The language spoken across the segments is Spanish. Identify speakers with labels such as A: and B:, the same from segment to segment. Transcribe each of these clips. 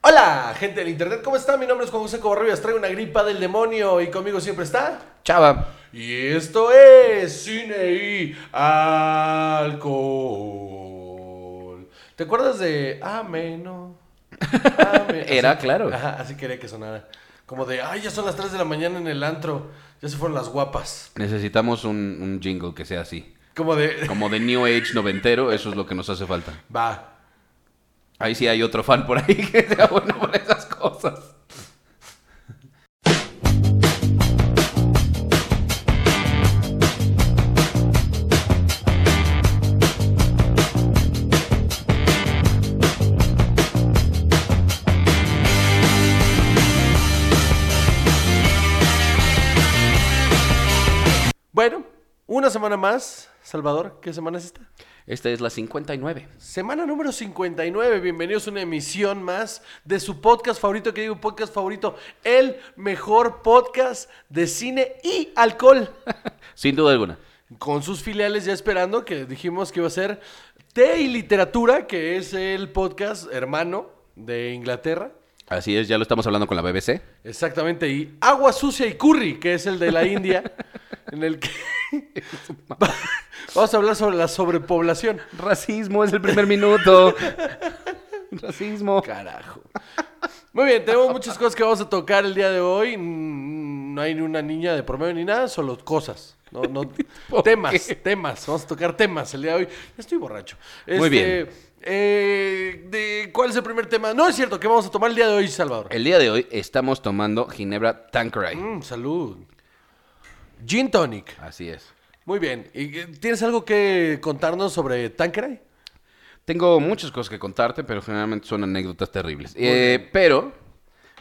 A: Hola, gente del internet, ¿cómo están? Mi nombre es Juan José Covarrubias, traigo una gripa del demonio y conmigo siempre está...
B: Chava.
A: Y esto es Cine y Alcohol. ¿Te acuerdas de Ameno? Ameno.
B: Era, claro.
A: Ajá, así quería que sonara. Como de, ay, ya son las 3 de la mañana en el antro, ya se fueron las guapas.
B: Necesitamos un, un jingle que sea así.
A: Como de,
B: Como de New Age noventero, eso es lo que nos hace falta.
A: va,
B: Ahí sí hay otro fan por ahí que sea bueno para esas cosas.
A: Bueno, una semana más. Salvador, ¿qué semana es esta?
B: Esta es la 59.
A: Semana número 59. Bienvenidos a una emisión más de su podcast favorito, que digo podcast favorito, el mejor podcast de cine y alcohol.
B: Sin duda alguna.
A: Con sus filiales ya esperando, que dijimos que iba a ser Té y Literatura, que es el podcast hermano de Inglaterra.
B: Así es, ya lo estamos hablando con la BBC.
A: Exactamente, y Agua Sucia y Curry, que es el de la India, en el que vamos a hablar sobre la sobrepoblación.
B: Racismo es el primer minuto. Racismo.
A: Carajo. Muy bien, tenemos muchas cosas que vamos a tocar el día de hoy. Mm, No hay ni una niña de promedio ni nada, solo cosas. No, no, temas, temas. Vamos a tocar temas el día de hoy. Estoy borracho. Este,
B: Muy bien.
A: eh, de- ¿Cuál es el primer tema? No es cierto, ¿qué vamos a tomar el día de hoy, Salvador?
B: El día de hoy estamos tomando Ginebra Tanqueray.
A: Mm, salud. Gin Tonic.
B: Así es.
A: Muy bien. ¿Y, eh, ¿Tienes algo que contarnos sobre Tanqueray?
B: Tengo muchas cosas que contarte, pero generalmente son anécdotas terribles. Eh, pero,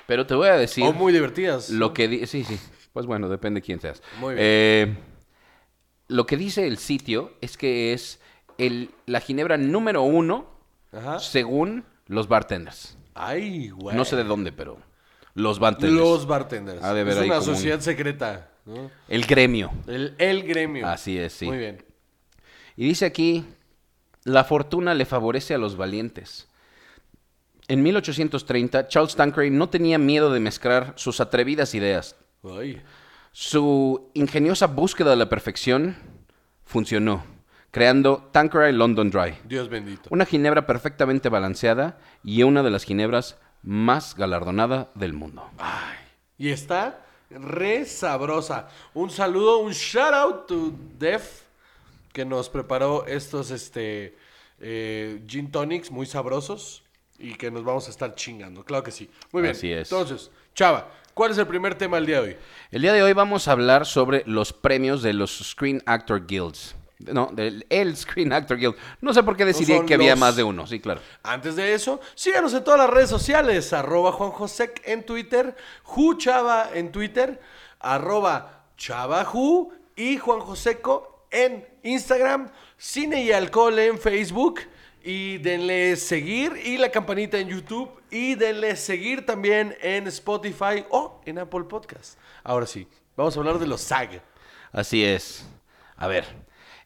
B: pero te voy a decir...
A: O muy divertidas.
B: Lo que di- sí, sí. Pues bueno, depende quién seas.
A: Muy bien.
B: Eh, lo que dice el sitio es que es el, la ginebra número uno
A: Ajá.
B: según los bartenders.
A: Ay, güey.
B: No sé de dónde, pero los bartenders.
A: Los bartenders.
B: Ha de haber
A: es
B: ahí
A: una
B: como un-
A: sociedad secreta. ¿no?
B: El gremio.
A: El, el gremio.
B: Así es, sí.
A: Muy bien.
B: Y dice aquí, la fortuna le favorece a los valientes. En 1830, Charles Tanqueray no tenía miedo de mezclar sus atrevidas ideas.
A: Ay.
B: Su ingeniosa búsqueda de la perfección funcionó, creando Tanqueray London Dry,
A: Dios bendito.
B: una ginebra perfectamente balanceada y una de las ginebras más galardonada del mundo.
A: Y está re sabrosa. Un saludo, un shout out to Def que nos preparó estos este eh, gin tonics muy sabrosos y que nos vamos a estar chingando. Claro que sí. Muy bien.
B: Así es.
A: Entonces, Chava, ¿cuál es el primer tema del día de hoy?
B: El día de hoy vamos a hablar sobre los premios de los Screen Actor Guilds. No, del el Screen Actor Guild. No sé por qué decidí
A: son
B: que había
A: los-
B: más de uno, sí, claro.
A: Antes de eso, síganos en todas las redes sociales, arroba Juan Josec en Twitter, Juchava en Twitter, arroba Chavaju y Juan Joseco en Instagram, Cine y Alcohol en Facebook y denle seguir y la campanita en YouTube y denle seguir también en Spotify o en Apple Podcast. Ahora sí, vamos a hablar de los SAG.
B: Así es. A ver,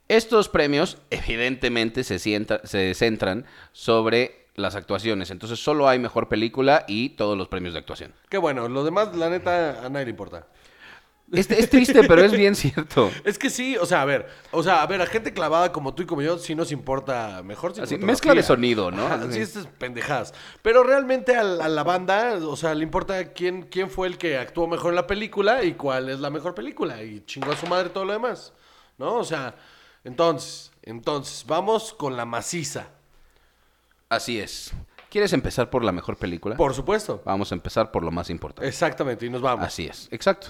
B: estos premios evidentemente se, sienta- se centran sobre las actuaciones. Entonces solo hay mejor película y todos los premios de actuación.
A: Que bueno, lo demás la neta a nadie le importa.
B: Es, es triste, pero es bien cierto.
A: Es que sí, o sea, a ver, o sea, a ver, a gente clavada como tú y como yo, sí nos importa mejor.
B: Así,
A: mezcla
B: mezcla de sonido, ¿no?
A: Ajá, sí, estas pendejadas. Pero realmente a, la- a la banda, o sea, le importa quién, quién fue el que actuó mejor en la película y cuál es la mejor película. Y chingó a su madre todo lo demás, ¿no? O sea, entonces, entonces, vamos con la maciza.
B: Así es. ¿Quieres empezar por la mejor película?
A: Por supuesto.
B: Vamos a empezar por lo más importante.
A: Exactamente, y nos vamos.
B: Así es, exacto.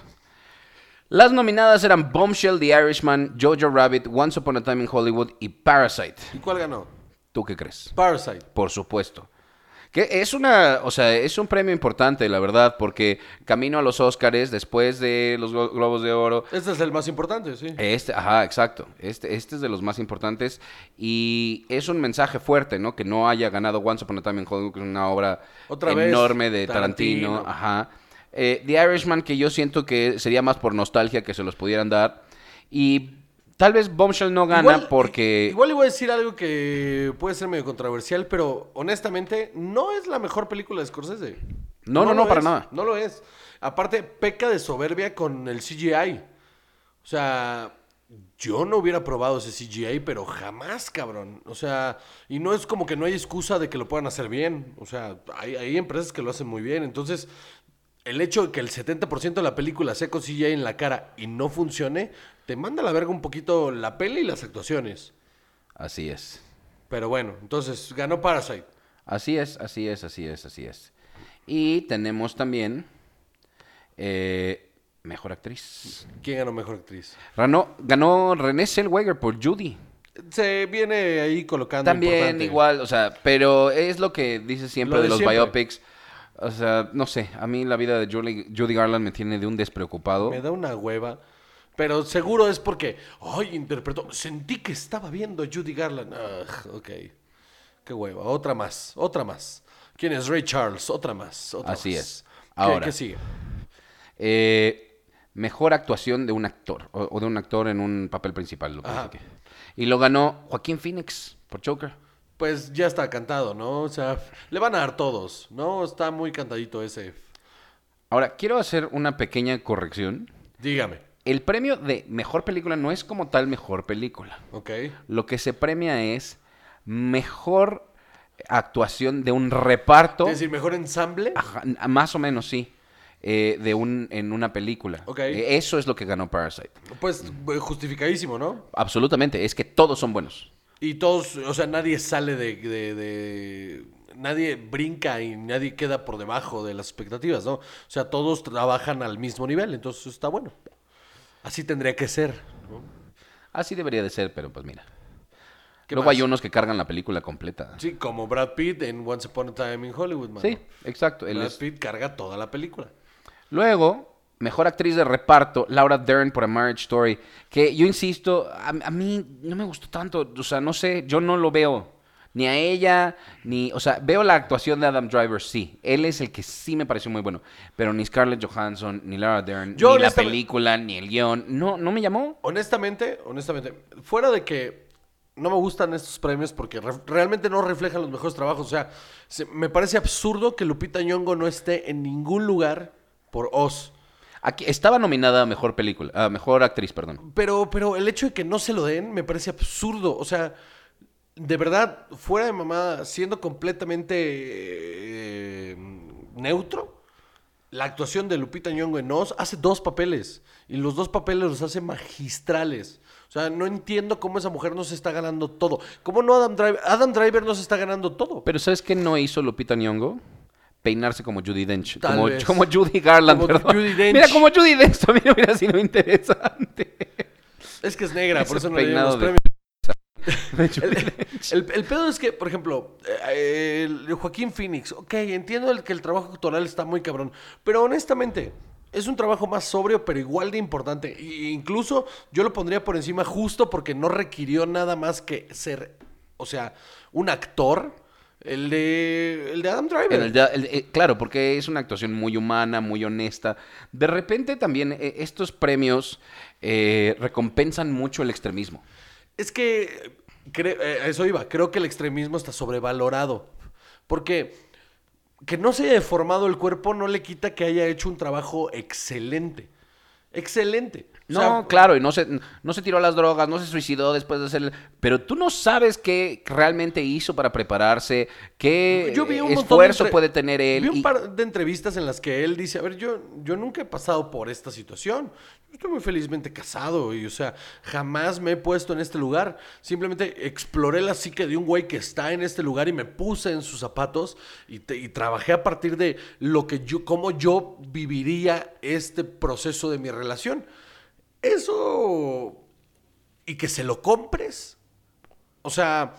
B: Las nominadas eran Bombshell, The Irishman, Jojo Rabbit, Once Upon a Time in Hollywood y Parasite.
A: ¿Y cuál ganó?
B: ¿Tú qué crees?
A: Parasite.
B: Por supuesto. Que es una, o sea, es un premio importante, la verdad, porque camino a los Óscares después de los Glo- Globos de Oro.
A: Este es el más importante, sí.
B: Este, ajá, exacto. Este, este es de los más importantes y es un mensaje fuerte, ¿no? Que no haya ganado Once Upon a Time in Hollywood, que es una obra
A: Otra vez,
B: enorme de Tarantino.
A: Tarantino.
B: Ajá. Eh, The Irishman, que yo siento que sería más por nostalgia que se los pudieran dar. Y Tal vez Bombshell no gana
A: Igual-
B: porque...
A: Igual le voy a decir algo que puede ser medio controversial, pero honestamente no es la mejor película de Scorsese.
B: No, no, no,
A: lo
B: para
A: es,
B: nada.
A: No lo es. Aparte, peca de soberbia con el CGI. O sea, yo no hubiera probado ese CGI, pero jamás, cabrón. O sea, y no es como que no hay excusa de que lo puedan hacer bien. O sea, hay, hay empresas que lo hacen muy bien. Entonces, el hecho de que el 70% de la película sea con CGI en la cara y no funcione, te manda a la verga un poquito la peli y las actuaciones.
B: Así es.
A: Pero bueno, entonces ganó Parasite.
B: Así es, así es, así es, así es. Y tenemos también eh, Mejor Actriz.
A: ¿Quién ganó mejor actriz?
B: Ganó, ganó Renée Zellweger por Judy.
A: Se viene ahí colocando.
B: También
A: importante.
B: igual, o sea, pero es lo que dice siempre
A: Lo
B: de,
A: de
B: los
A: siempre.
B: biopics. O sea, no sé, a mí la vida de Julie- Judy Garland me tiene de un despreocupado.
A: Me da una hueva. Pero seguro es porque, ay, interpretó. Sentí que estaba viendo a Judy Garland. Ugh, ok. Qué hueva. Otra más. Otra más. ¿Quién es Ray Charles? Otra más. otra
B: Así
A: más.
B: es.
A: ¿Qué-
B: Ahora.
A: ¿Qué, sigue?
B: Eh, mejor actuación de un actor, o, o de un actor en un papel principal. lo que
A: Ajá.
B: dije. Y lo ganó Joaquín Phoenix por Joker.
A: Pues ya está cantado, ¿no? O sea, le van a dar todos, ¿no? Está muy cantadito ese.
B: Ahora, quiero hacer una pequeña corrección.
A: Dígame.
B: El premio de mejor película no es como tal mejor película.
A: Ok.
B: Lo que se premia es mejor actuación de un reparto.
A: Es decir, mejor ensamble.
B: Ajá, n- más o menos, sí. eh, de un, en una película.
A: Ok.
B: Eh, eso es lo que ganó Parasite.
A: Pues justificadísimo, ¿no?
B: Absolutamente. Es que todos son buenos.
A: Y todos, o sea, nadie sale de, de- de- Nadie brinca y nadie queda por debajo de las expectativas, ¿no? O sea, todos trabajan al mismo nivel, entonces está bueno. Así tendría que ser. ¿no?
B: Así debería de ser, pero pues mira.
A: ¿Qué
B: Luego
A: más?
B: hay unos que cargan la película completa. Sí,
A: Sí, como Brad Pitt en Once Upon a Time in Hollywood, mano.
B: exacto. él
A: Brad
B: es-
A: Pitt carga toda la película.
B: Luego, mejor actriz de reparto, Laura Dern por A Marriage Story. Que yo insisto, a, a mí no me gustó tanto. O sea, no sé, yo no lo veo. Ni a ella, ni. O sea, veo la actuación de Adam Driver, sí. Él es el que sí me pareció muy bueno. Pero ni Scarlett Johansson, ni Laura Dern,
A: Yo
B: ni la
A: honestamente-
B: película, ni el guión. No, no me llamó.
A: Honestamente, honestamente, fuera de que no me gustan estos premios porque re- realmente no reflejan los mejores trabajos. O sea, se- me parece absurdo que Lupita Nyong'o no esté en ningún lugar por Oz.
B: Aquí, estaba nominada a mejor película, a mejor actriz, perdón.
A: Pero, pero el hecho de que no se lo den me parece absurdo. O sea, de verdad, fuera de mamada, siendo completamente eh, neutro, la actuación de Lupita Nyong'o en Oz hace dos papeles. Y los dos papeles los hace magistrales. O sea, no entiendo cómo esa mujer no se está ganando todo. ¿Cómo no Adam Driver? Adam Driver no se está ganando todo.
B: Pero ¿sabes qué no hizo Lupita Nyong'o? Peinarse como Judy Dench.
A: Tal
B: Como,
A: vez.
B: como Judy Garland,
A: Como
B: perdón.
A: Judi Dench.
B: Mira, como Judy Dench también hubiera sido interesante.
A: Es que es negra, por
B: Ese
A: eso no le dieron
B: peinado
A: los
B: de
A: premios.
B: De Judi
A: El-
B: Dench.
A: El, el pedo es que, por ejemplo, eh, el Joaquín Phoenix, ok, entiendo el, que el trabajo actoral está muy cabrón, pero honestamente, es un trabajo más sobrio, pero igual de importante. E incluso yo lo pondría por encima justo porque no requirió nada más que ser, o sea, un actor, el de, el de Adam Driver.
B: El- el- el- claro, porque es una actuación muy humana, muy honesta. De repente también eh, estos premios eh, recompensan mucho el extremismo.
A: Es que eh, cre- eh, a eso iba. Creo que el extremismo está sobrevalorado. Porque que no se haya deformado el cuerpo no le quita que haya hecho un trabajo excelente. Excelente. O
B: No,
A: sea,
B: claro, y no se, no se tiró a las drogas, no se suicidó después de hacer... el- Pero tú no sabes qué realmente hizo para prepararse, qué
A: Yo vi un montón de
B: Eh, esfuerzo
A: entre-
B: puede tener él.
A: Vi un
B: y-
A: par de entrevistas en las que él dice, a ver, yo, yo nunca he pasado por esta situación. Yo estoy muy felizmente casado y, o sea, jamás me he puesto en este lugar. Simplemente exploré la psique de un güey que está en este lugar y me puse en sus zapatos y, te- y trabajé a partir de lo que yo, cómo yo viviría este proceso de mi relación. Eso... Y que se lo compres. O sea,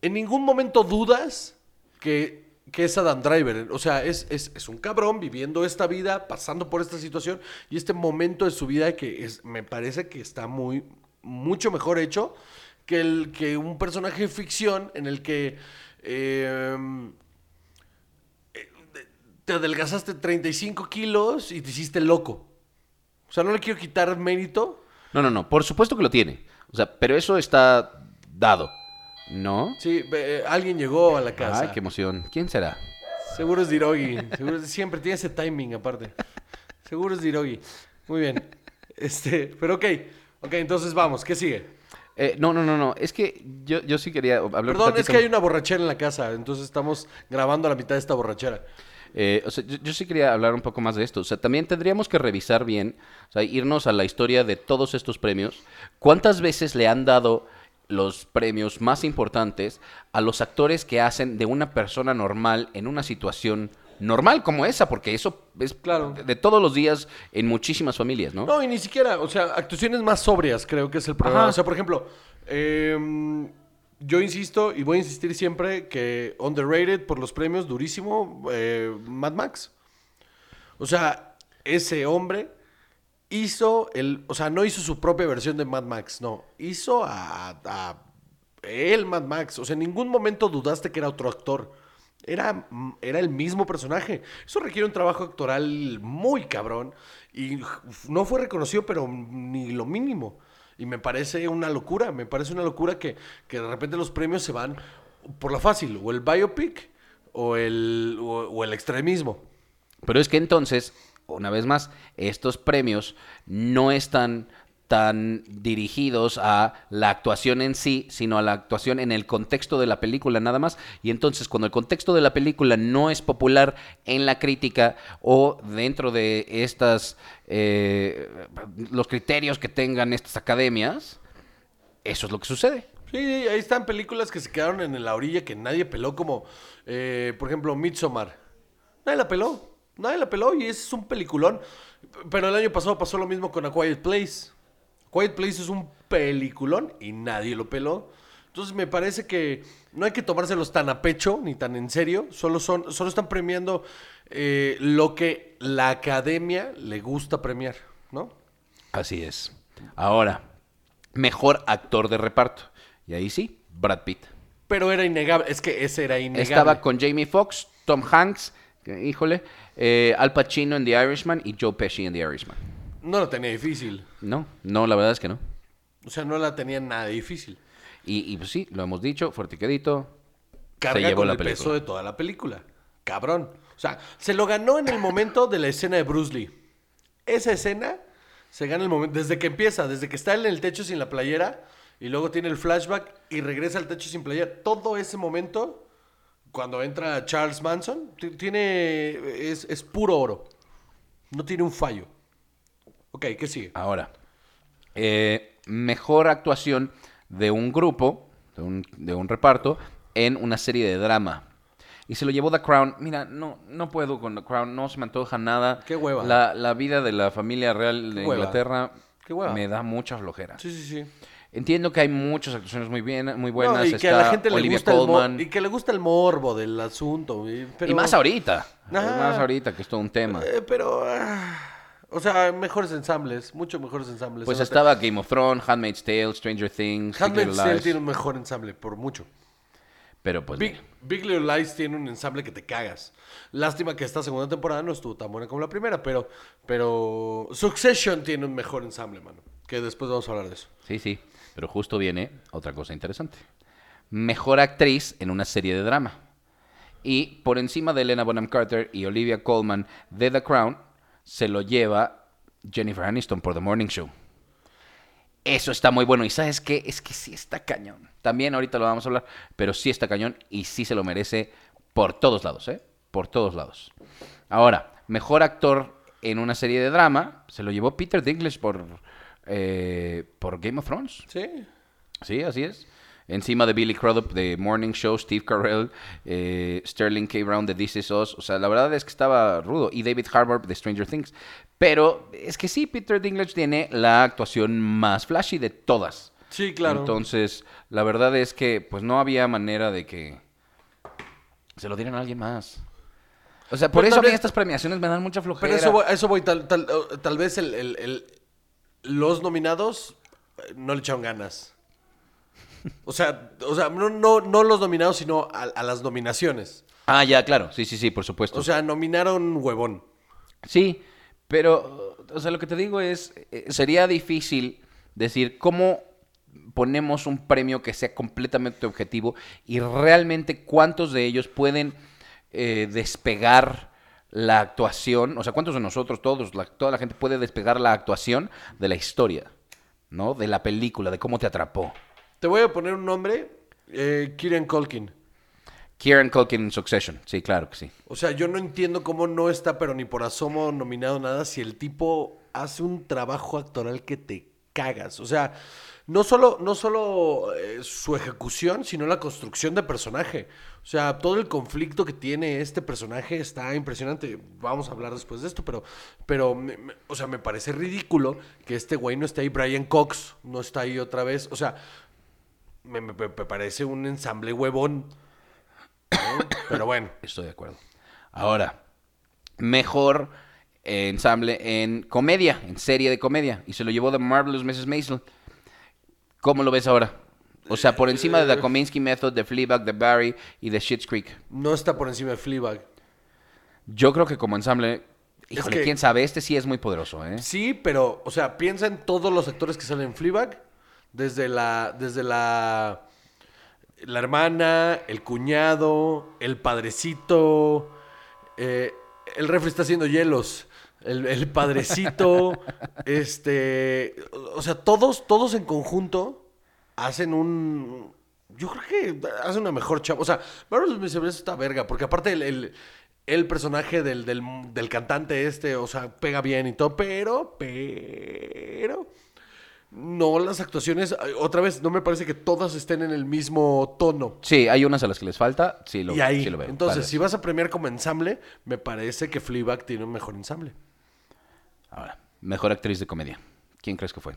A: en ningún momento dudas que, que es Adam Driver. O sea, es, es- es un cabrón viviendo esta vida, pasando por esta situación y este momento de su vida que es, me parece que está muy, mucho mejor hecho que, el, que un personaje de ficción en el que eh, te adelgazaste 35 kilos y te hiciste loco. O sea, no le quiero quitar mérito,
B: No, no, no. Por supuesto que lo tiene. O sea, pero eso está dado. ¿No?
A: Sí, ve- eh, alguien llegó a la casa.
B: Ay, qué emoción. ¿Quién será?
A: Seguro es Dirogi. Seguro es- siempre tiene ese timing aparte. Seguro es Dirogi. Muy bien. Este, pero ok. Ok, entonces vamos. ¿Qué sigue?
B: Eh, no, no, no, no. Es que yo, yo sí quería hablar un
A: Perdón, es
B: ratito-
A: que hay una borrachera en la casa, entonces estamos grabando a la mitad de esta borrachera.
B: Eh, o sea, yo, yo sí quería hablar un poco más de esto. O sea, también tendríamos que revisar bien, o sea, irnos a la historia de todos estos premios. ¿Cuántas veces le han dado los premios más importantes a los actores que hacen de una persona normal en una situación normal como esa? Porque eso es
A: Claro.
B: de, de todos los días en muchísimas familias, ¿no?
A: No, y ni siquiera, o sea, actuaciones más sobrias creo que es el problema.
B: Ajá.
A: O sea, por ejemplo, em, yo insisto y voy a insistir siempre que underrated por los premios durísimo eh, Mad Max. O sea, ese hombre hizo el, o sea, no hizo su propia versión de Mad Max, no, hizo a, a el Mad Max. O sea, en ningún momento dudaste que era otro actor. Era, mm, era el mismo personaje. Eso requiere un trabajo actoral muy cabrón. Y no fue reconocido, pero ni lo mínimo. Y me parece una locura. Me parece una locura que, que de repente los premios se van por la fácil. O el biopic o el, o- o el extremismo.
B: Pero es que entonces, una vez más, estos premios no están tan dirigidos a la actuación en sí, sino a la actuación en el contexto de la película nada más. Y entonces, cuando el contexto de la película no es popular en la crítica o dentro de estas, eh, los criterios que tengan estas academias, eso es lo que sucede.
A: Sí, sí, ahí están películas que se quedaron en la orilla que nadie peló, como eh, por ejemplo Midsommar. Nadie la peló, nadie la peló y ese es un peliculón. P- Pero el año pasado pasó lo mismo con A Quiet Place. Quiet Place es un peliculón y nadie lo peló. Entonces me parece que no hay que tomárselos tan a pecho ni tan en serio. Solo, son, solo están premiando eh, lo que la academia le gusta premiar, ¿no?
B: Así es. Ahora, mejor actor de reparto. Y ahí sí, Brad Pitt.
A: Pero era innegable, es que ese era innegable.
B: Estaba con Jamie Foxx, Tom Hanks, que- híjole, eh, Al Pacino en The Irishman y Joe Pesci en The Irishman.
A: No lo tenía difícil.
B: No, no, la verdad es que no.
A: O sea, no la tenía nada difícil.
B: Y, y pues sí, lo hemos dicho, fuertiquedito.
A: Carga
B: llevó
A: con
B: la
A: el
B: película.
A: peso de toda la película. Cabrón. O sea, se lo ganó en el momento de la escena de Bruce Lee. Esa escena se gana el momento, desde que empieza, desde que está en el techo sin la playera y luego tiene el flashback y regresa al techo sin playera. Todo ese momento, cuando entra Charles Manson, ti- tiene, es, es puro oro. No tiene un fallo. Ok, ¿qué sigue?
B: Ahora, eh, mejor actuación de un grupo, de un, de un reparto, en una serie de drama. Y se lo llevó The Crown. Mira, no, no puedo con The Crown, no se me antoja nada.
A: Qué hueva.
B: La, la vida de la familia real de
A: Qué hueva.
B: Inglaterra
A: Qué hueva.
B: me da mucha flojera.
A: Sí, sí, sí.
B: Entiendo que hay muchas actuaciones muy bien, muy buenas.
A: No, y que a
B: está
A: la gente le
B: Olivia
A: gusta el
B: Colman.
A: mor- y que le gusta el morbo del asunto. y- pero-
B: Y más ahorita.
A: Ajá.
B: Más ahorita, que es todo un tema.
A: Eh, pero. ah, o sea, mejores ensambles, mucho mejores ensambles.
B: Pues
A: Ahora,
B: estaba Game of Thrones, Handmaid's Tale, Stranger Things, Big
A: Handmaid's
B: Little
A: Tale
B: Lies,
A: tiene un mejor ensamble, por mucho.
B: Pero pues.
A: Big, Big Little Lies tiene un ensamble que te cagas. Lástima que esta segunda temporada no estuvo tan buena como la primera, pero. Pero. Succession tiene un mejor ensamble, mano. Que después vamos a hablar de eso.
B: Sí, sí. Pero justo viene otra cosa interesante. Mejor actriz en una serie de drama. Y por encima de Elena Bonham Carter y Olivia Colman de The Crown, se lo lleva Jennifer Aniston por The Morning Show. Eso está muy bueno. ¿Y sabes qué? Es que sí está cañón. También ahorita lo vamos a hablar, pero sí está cañón y sí se lo merece por todos lados, ¿eh? Por todos lados. Ahora, mejor actor en una serie de drama se lo llevó Peter Dinklage por, eh, por Game of Thrones.
A: ¿Sí?
B: Sí, así es. Encima de Billy Crudup de Morning Show, Steve Carell, eh, Sterling K. Brown de This Is Us. O sea, la verdad es que estaba rudo. Y David Harbour de Stranger Things. Pero es que sí, Peter Dinklage tiene la actuación más flashy de todas.
A: Sí, claro.
B: Entonces, la verdad es que pues no había manera de que se lo dieran a alguien más. O sea, por
A: Pero Pues
B: eso
A: tal
B: a mí
A: vez-
B: estas premiaciones me dan mucha flojera.
A: Pero eso voy, a eso voy tal, tal, tal vez el, el- el- los nominados eh, no le echaron ganas. O sea, o sea no, no, no los nominados, sino a, a las nominaciones.
B: Ah, ya, claro. Sí, sí, sí, por supuesto.
A: O sea, nominaron huevón.
B: Sí, pero, o sea, lo que te digo es, eh, sería difícil decir cómo ponemos un premio que sea completamente objetivo y realmente cuántos de ellos pueden eh, despegar la actuación, o sea, cuántos de nosotros, todos, la- toda la gente puede despegar la actuación de la historia, ¿no? De la película, de cómo te atrapó.
A: Te voy a poner un nombre, eh, Kieran Culkin.
B: Kieran Culkin en Succession, sí, claro que sí.
A: O sea, yo no entiendo cómo no está, pero ni por asomo nominado nada, si el tipo hace un trabajo actoral que te cagas. O sea, no solo, no solo eh, su ejecución, sino la construcción de personaje. O sea, todo el conflicto que tiene este personaje está impresionante. Vamos a hablar después de esto, pero, pero me- me- o sea, me parece ridículo que este güey no esté ahí. Brian Cox no está ahí otra vez. O sea, me, me- me parece un ensamble huevón. ¿no? Pero bueno.
B: Estoy de acuerdo. Ahora, mejor eh, ensamble en comedia, en serie de comedia. Y se lo llevó The Marvelous Mrs. Maisel. ¿Cómo lo ves ahora? O sea, por encima de The Kominsky Method, de Fleabag, de Barry y de Schitt's Creek.
A: No está por encima de Fleabag.
B: Yo creo que como ensamble... Híjole,
A: que-
B: quién sabe, este sí es muy poderoso, ¿eh?
A: Sí, pero, o sea, piensa en todos los actores que salen en Fleabag. Desde la, desde la, la hermana, el cuñado, el padrecito. eh, el refri está haciendo hielos. El, el padrecito. este, o o sea, todos, todos en conjunto hacen un... Yo creo que hace una mejor chava. O sea, Marvelous Mrs. Maisel está verga, porque aparte el, el, el personaje del, del, del cantante este, o sea, pega bien y todo, pero, pero... No, las actuaciones, ay, otra vez, no me parece que todas estén en el mismo tono.
B: Sí, hay unas a las que les falta, sí lo,
A: y ahí,
B: sí lo veo.
A: entonces,
B: Vale.
A: si vas a premiar como ensamble, me parece que Fleabag tiene un mejor ensamble.
B: Ahora, mejor actriz de comedia. ¿Quién crees que fue?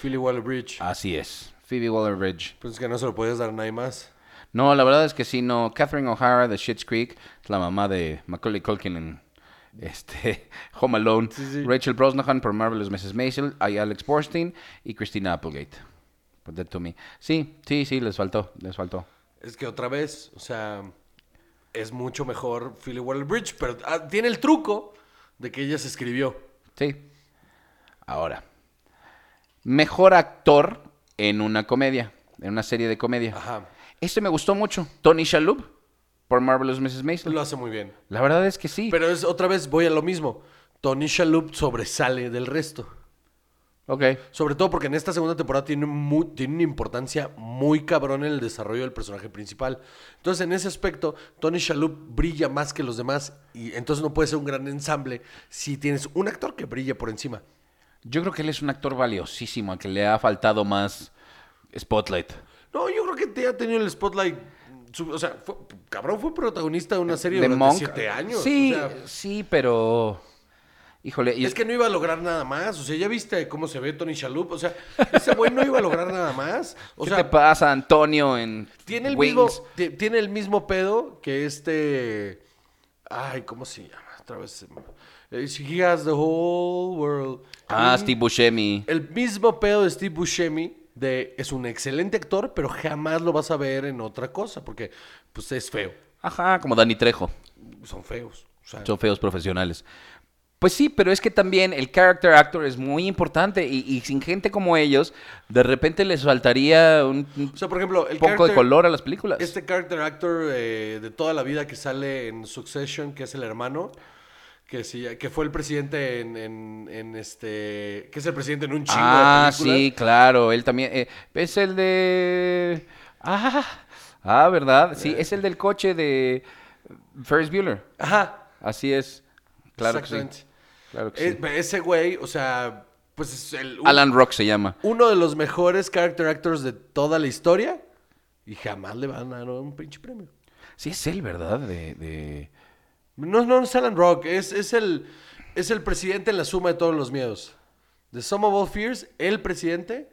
A: Philly Waller-Bridge.
B: Así es, Phoebe Waller-Bridge.
A: Pues es que no se lo puedes dar a nadie más.
B: No, la verdad es que sí, no. Catherine O'Hara de Schitt's Creek, es la mamá de Macaulay Culkin en este, Home Alone. Rachel Brosnahan por Marvelous Mrs. Maisel, hay Alex Borstein y Christina Applegate. por Dead to Me. Sí, sí, sí, les faltó, les faltó.
A: Es que otra vez, o sea, es mucho mejor Philly Waller-Bridge, pero ah, tiene el truco de que ella se escribió.
B: Sí. Ahora, mejor actor en una comedia, en una serie de comedia.
A: Ajá.
B: Este me gustó mucho. Tony Shalhoub por Marvelous Mrs. Maisel.
A: Lo hace muy bien.
B: La verdad es que sí.
A: Pero es otra vez voy a lo mismo. Tony Shalhoub sobresale del resto.
B: Ok.
A: Sobre todo porque en esta segunda temporada tiene, mu- tiene una importancia muy cabrón en el desarrollo del personaje principal. Entonces, en ese aspecto, Tony Shalhoub brilla más que los demás. Y entonces no puede ser un gran ensamble si tienes un actor que brille por encima.
B: Yo creo que él es un actor valiosísimo, al que le ha faltado más spotlight.
A: No, yo creo que te ha tenido el spotlight. su- O sea, fue- cabrón, fue protagonista de una serie
B: de
A: durante
B: Monk.
A: siete años.
B: Sí,
A: o sea,
B: sí, pero. Híjole, y
A: es que no iba a lograr nada más. O sea, ya viste cómo se ve Tony Shalhoub. O sea, ese güey no iba a lograr nada más. O
B: ¿qué
A: sea,
B: te pasa, Antonio? En
A: tiene el,
B: Wings?
A: mismo, ti- tiene el mismo pedo que este. Ay, ¿cómo se llama? Otra vez. se me- Eh, He has the whole world.
B: Ah,
A: Mm.
B: Steve Buscemi.
A: El mismo pedo de Steve Buscemi de es un excelente actor, pero jamás lo vas a ver en otra cosa porque pues es feo.
B: Ajá, como Danny Trejo.
A: Son feos. O sea,
B: Son feos profesionales. Pues sí, pero es que también el character actor es muy importante y, y sin gente como ellos, de repente les faltaría un, un
A: o sea, por ejemplo, el
B: poco de
A: character-
B: color a las películas.
A: Este character actor eh, de toda la vida que sale en Succession, que es el hermano, que, sí- que fue el presidente en, en- en este. que es el presidente en un chingo
B: Ah,
A: de películas.
B: sí, claro, él también. eh, es el de. Ah, ah, ¿verdad? Sí, es el del coche de Ferris Bueller.
A: Ajá.
B: Así es. Claro que sí.
A: exactamente.
B: Claro que
A: Eh,
B: sí.
A: Ese güey, o sea, pues es el, un-
B: Alan Rock se llama.
A: uno de los mejores character actors de toda la historia. Y jamás le van a dar un pinche premio.
B: Sí, es él, ¿verdad? De, de-
A: No, no, no es Alan Rock. Es, es, el, es el presidente en la suma de todos los miedos. The Sum of All Fears, el presidente,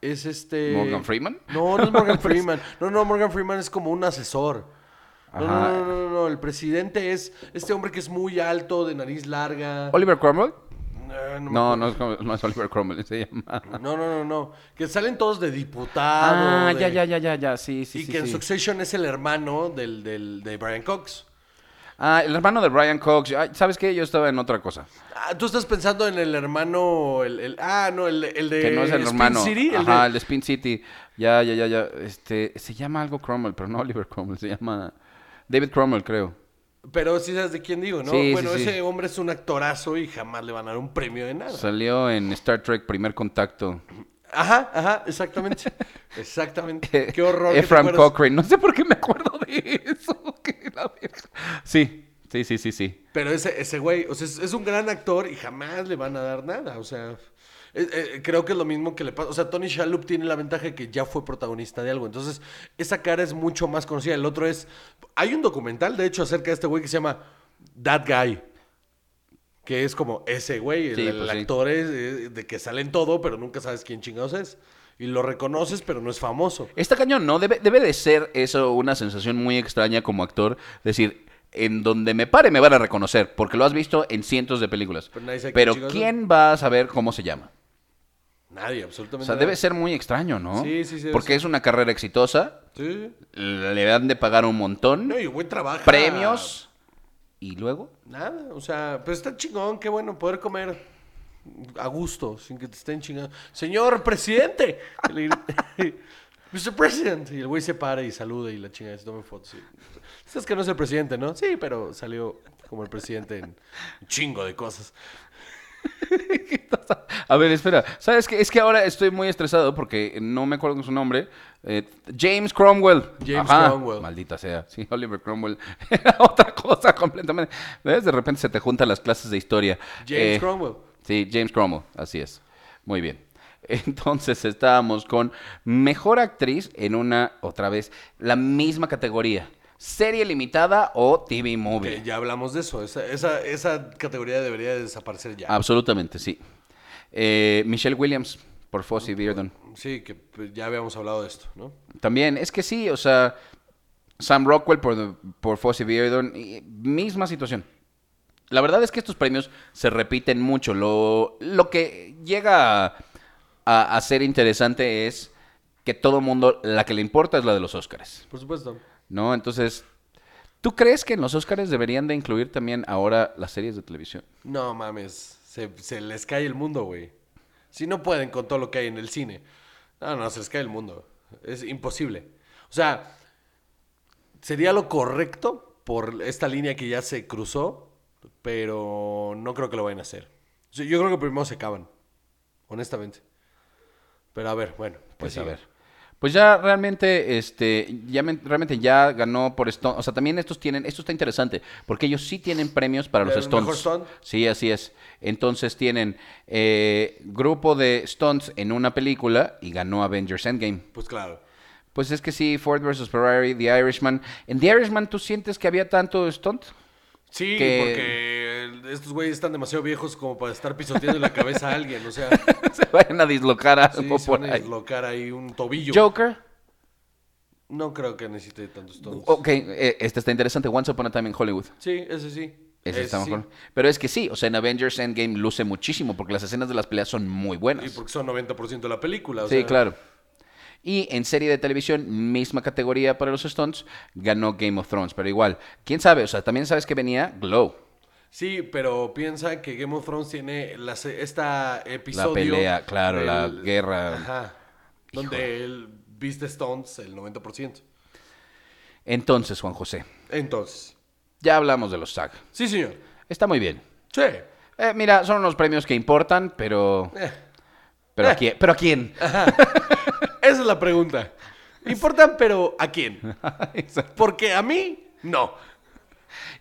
A: es este...
B: ¿Morgan Freeman? Pues
A: No, no es Morgan Freeman. No, no, Morgan Freeman es como un asesor. No, no,
B: Ajá.
A: no, no, no, no, El presidente es este hombre que es muy alto, de nariz larga.
B: ¿Oliver Cromwell?
A: Eh, no me
B: No, no es, como- no es Oliver Cromwell, se llama.
A: No, no, no, no. Que salen todos de diputado.
B: Ah,
A: de-
B: ya, ya, ya, ya, ya, sí, sí,
A: y
B: sí.
A: que en
B: sí.
A: Succession es el hermano del, del- de Brian Cox.
B: Ah, el hermano de Brian Cox. Ay, ¿Sabes qué? Yo estaba en otra cosa.
A: Ah, Tú estás pensando en el hermano, el, el- ah, no, el, el de
B: Que no es el
A: Spin
B: hermano.
A: City, el
B: Ajá,
A: de-
B: el de Spin City. Ya, ya, ya, ya. Este, se llama algo Cromwell, pero no Oliver Cromwell. Se llama David Cromwell, creo.
A: Pero sí sabes de quién digo, ¿no?
B: Sí, sí,
A: bueno,
B: sí.
A: ese hombre es un actorazo y jamás le van a dar un premio de nada.
B: Salió en Star Trek Primer Contacto.
A: Ajá, ajá, exactamente. exactamente. Qué horror. que te
B: Ephraim
A: acuerdas.
B: Cochrane. No sé por qué me acuerdo de eso. que la verga. Sí, sí, sí, sí, sí.
A: Pero ese, ese güey, o sea, es, es un gran actor y jamás le van a dar nada. O sea, eh, eh, creo que es lo mismo que le pasa. O sea, Tony Shalhoub tiene la ventaja de que ya fue protagonista de algo. Entonces, esa cara es mucho más conocida. El otro es. Hay un documental, de hecho, acerca de este güey que se llama That Guy. Que es como ese güey, el,
B: Sí,
A: el
B: pues sí.
A: actor es, eh, de que sale en todo, pero nunca sabes quién chingados es. Y lo reconoces, pero no es famoso.
B: Está cañón, ¿no? Debe, debe de ser eso una sensación muy extraña como actor. Decir, en donde me pare me van a reconocer, porque lo has visto en cientos de películas.
A: Pero Pues nadie sabe
B: Pero
A: quién chingados
B: ¿quién va a saber cómo se llama?
A: Nadie,
B: O
A: absolutamente.
B: sea,
A: nadie.
B: debe ser muy extraño, ¿no?
A: Sí, sí, sí, debe
B: Porque es una carrera exitosa,
A: Sí.
B: le han de pagar un montón,
A: No, y el güey trabaja.
B: premios, y luego...
A: Nada, o sea, pero está chingón, qué bueno poder comer a gusto, sin que te estén chingando. Señor presidente. Y le grita, Mr. President. Y el güey se para y saluda y la chinga se toma fotos. Sabes que no es el presidente, ¿no? Sí, pero salió como el presidente en un chingo de cosas.
B: A ver, espera. ¿Sabes qué? Es que ahora estoy muy estresado porque no me acuerdo su nombre. Eh, James Cromwell.
A: James Cromwell.
B: Maldita sea. Sí, Oliver Cromwell. Era otra cosa completamente. ¿Ves? De repente se te juntan las clases de historia.
A: James
B: Eh,
A: Cromwell.
B: Sí, James Cromwell. Así es. Muy bien. Entonces estábamos con mejor actriz en una, otra vez, la misma categoría. Serie limitada o TV movie.
A: Que ya hablamos de eso. Esa, esa, esa categoría debería de desaparecer ya.
B: Ah. Absolutamente, sí. Eh, Michelle Williams por Fossey Beardon.
A: Sí, que pues, ya habíamos hablado de esto, ¿no?
B: También, es que sí, o sea, Sam Rockwell por, por Fosse Beardon, y- misma situación. La verdad es que estos premios se repiten mucho. Lo, lo que llega a, a- a ser interesante es que todo mundo, la que le importa es la de los Óscares,
A: Por supuesto.
B: ¿no? Entonces, ¿tú crees que en los Óscares deberían de incluir también ahora las series de televisión?
A: No mames, se, se les cae el mundo, güey. Si no pueden con todo lo que hay en el cine. No, no, se les cae el mundo. Es imposible. O sea, sería lo correcto por esta línea que ya se cruzó, pero no creo que lo vayan a hacer. O sea, Yo creo que primero se acaban, honestamente. Pero a ver, bueno. ¿qué
B: Pues a
A: sigue?
B: ver. Pues ya realmente, este, ya men- realmente ya ganó por Stone. O sea, también estos tienen, esto está interesante, porque ellos sí tienen premios para los
A: ¿El mejor
B: Stones.
A: stunt?
B: Sí, así es. Entonces tienen eh, grupo de Stones en una película y ganó Avengers Endgame.
A: Pues claro.
B: Pues es que sí, Ford versus Ferrari, The Irishman. En The Irishman, ¿tú sientes que había tanto stunt?
A: Sí,
B: Que-
A: porque estos güeyes están demasiado viejos como para estar pisoteando la cabeza a alguien. O sea,
B: se vayan a dislocar
A: sí,
B: algo
A: se
B: por
A: van a
B: ahí.
A: dislocar ahí un tobillo.
B: Joker.
A: No creo que necesite tantos tonos.
B: Ok, eh, este está interesante. Once Upon a Time in Hollywood.
A: Sí, ese sí.
B: Ese está
A: Eh, sí.
B: mejor. Pero es que sí, o sea, en Avengers Endgame luce muchísimo porque las escenas de las peleas son muy buenas.
A: Y porque son 90% de la película. o
B: sí,
A: sea,
B: claro. Y en serie de televisión, misma categoría para los Stones, ganó Game of Thrones. Pero igual, quién sabe, o sea, también sabes que venía Glow,
A: Sí, pero piensa que Game of Thrones tiene la, se- esta episodio.
B: la pelea, claro, la
A: del-
B: guerra.
A: Ajá. Donde él viste Stones el 90%.
B: Entonces, Juan José,
A: Entonces.
B: ya hablamos de los SAG.
A: Sí, señor.
B: Está muy bien.
A: Sí.
B: Eh, mira, son unos premios que importan, pero.
A: Eh,
B: ¿Pero a
A: Eh.
B: quién? ¿Pero a quién?
A: Esa es la pregunta. Importan, pero ¿a quién?
B: Exacto.
A: Porque a mí, no.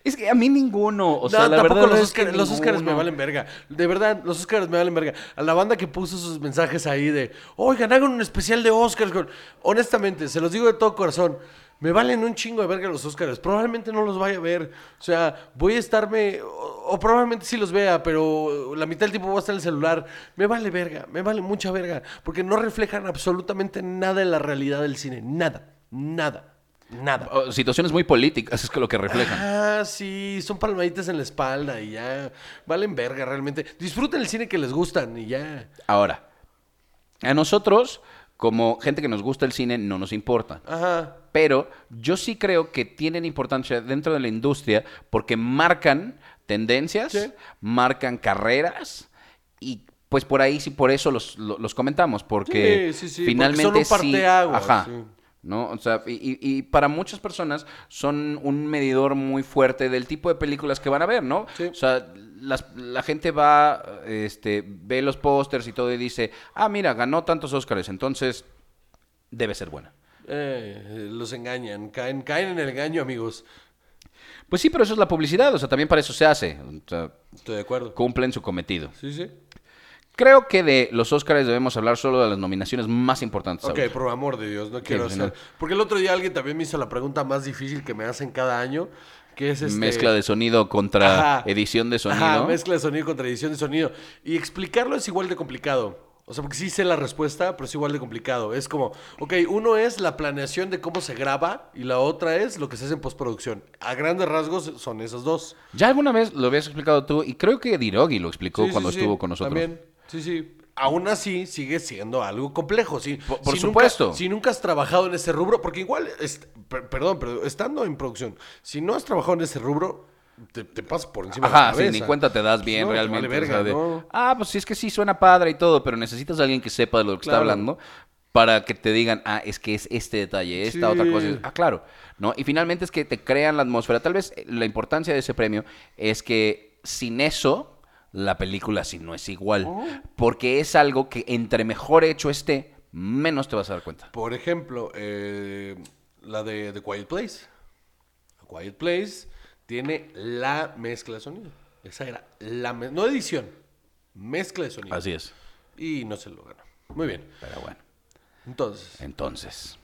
B: es que a mí ninguno. O
A: No,
B: sea, la
A: tampoco
B: verdad
A: los,
B: es que
A: Óscar- los Óscares me
B: ninguno.
A: valen verga. De verdad, los Óscares me valen verga. A la banda que puso sus mensajes ahí de, oigan, hagan un especial de Óscar. con-". Honestamente, se los digo de todo corazón, me valen un chingo de verga los Óscares. Probablemente no los vaya a ver. O sea, voy a estarme, o, o probablemente sí los vea, pero la mitad del tiempo voy a estar en el celular. Me vale verga, me vale mucha verga. Porque no reflejan absolutamente nada de la realidad del cine. Nada, nada, nada.
B: O situaciones muy políticas es que lo que reflejan.
A: Ah, sí, son palmaditas en la espalda y ya. Valen verga realmente. Disfruten el cine que les gustan y ya.
B: Ahora, a nosotros como gente que nos gusta el cine, no nos importa.
A: Ajá.
B: Pero yo sí creo que tienen importancia dentro de la industria porque marcan tendencias,
A: Sí.
B: marcan carreras y pues por ahí sí, por eso los, lo- los comentamos, porque
A: Sí, sí, sí, porque
B: finalmente
A: son un
B: sí,
A: parteaguas,
B: ajá,
A: sí.
B: ¿no? O sea, y, y- y para muchas personas son un medidor muy fuerte del tipo de películas que van a ver, ¿no?
A: Sí.
B: O sea, las- la gente va, este, ve los pósters y todo y dice, ah, mira, ganó tantos Óscares, entonces debe ser buena.
A: Eh, los engañan, caen, caen en el engaño, amigos.
B: Pues sí, pero eso es la publicidad, o sea, también para eso se hace. O sea,
A: Estoy de acuerdo.
B: cumplen su cometido.
A: Sí, sí.
B: Creo que de los Óscares debemos hablar solo de las nominaciones más importantes.
A: Ok,
B: ahorita.
A: por amor de Dios, no quiero
B: sí,
A: hacer. Porque el otro día alguien también me hizo la pregunta más difícil que me hacen cada año, que es este.
B: Mezcla de sonido contra
A: Ajá.
B: edición de sonido.
A: Ajá, mezcla de sonido contra edición de sonido. Y explicarlo es igual de complicado. O sea, porque sí sé la respuesta, pero es igual de complicado. Es como, ok, uno es la planeación de cómo se graba y la otra es lo que se hace en postproducción. A grandes rasgos son esas dos.
B: Ya alguna vez lo habías explicado tú y creo que Dirogi lo explicó
A: Sí,
B: cuando
A: sí, sí,
B: estuvo con nosotros.
A: También, sí, sí. Aún así, sigue siendo algo complejo. Si,
B: Por- por
A: si nunca-
B: supuesto.
A: si nunca has trabajado en ese rubro, porque igual, es- per- perdón, pero estando en producción, si no has trabajado en ese rubro, te, te pasas por encima de la
B: Ajá, sí,
A: cabeza.
B: ni cuenta te das bien
A: No, te
B: realmente.
A: vale
B: o sea,
A: verga,
B: de,
A: ¿no?
B: Ah, pues sí, es que sí suena padre y todo, pero necesitas a alguien que sepa de lo que está
A: Claro.
B: hablando para que te digan, ah, es que es este detalle, esta otra cosa.
A: Sí.
B: Ah, claro. ¿No? Y finalmente es que te crean la atmósfera. Tal vez eh, la importancia de ese premio es que sin eso, la película sí no es igual.
A: Oh.
B: Porque es algo que entre mejor hecho esté, menos te vas a dar cuenta.
A: Por ejemplo, eh, la de The Quiet Place. A Quiet Place tiene la mezcla de sonido. Esa era la mez- no edición, mezcla de sonido.
B: Así es.
A: Y no se lo ganó. Muy bien.
B: Pero bueno,
A: Entonces,
B: entonces.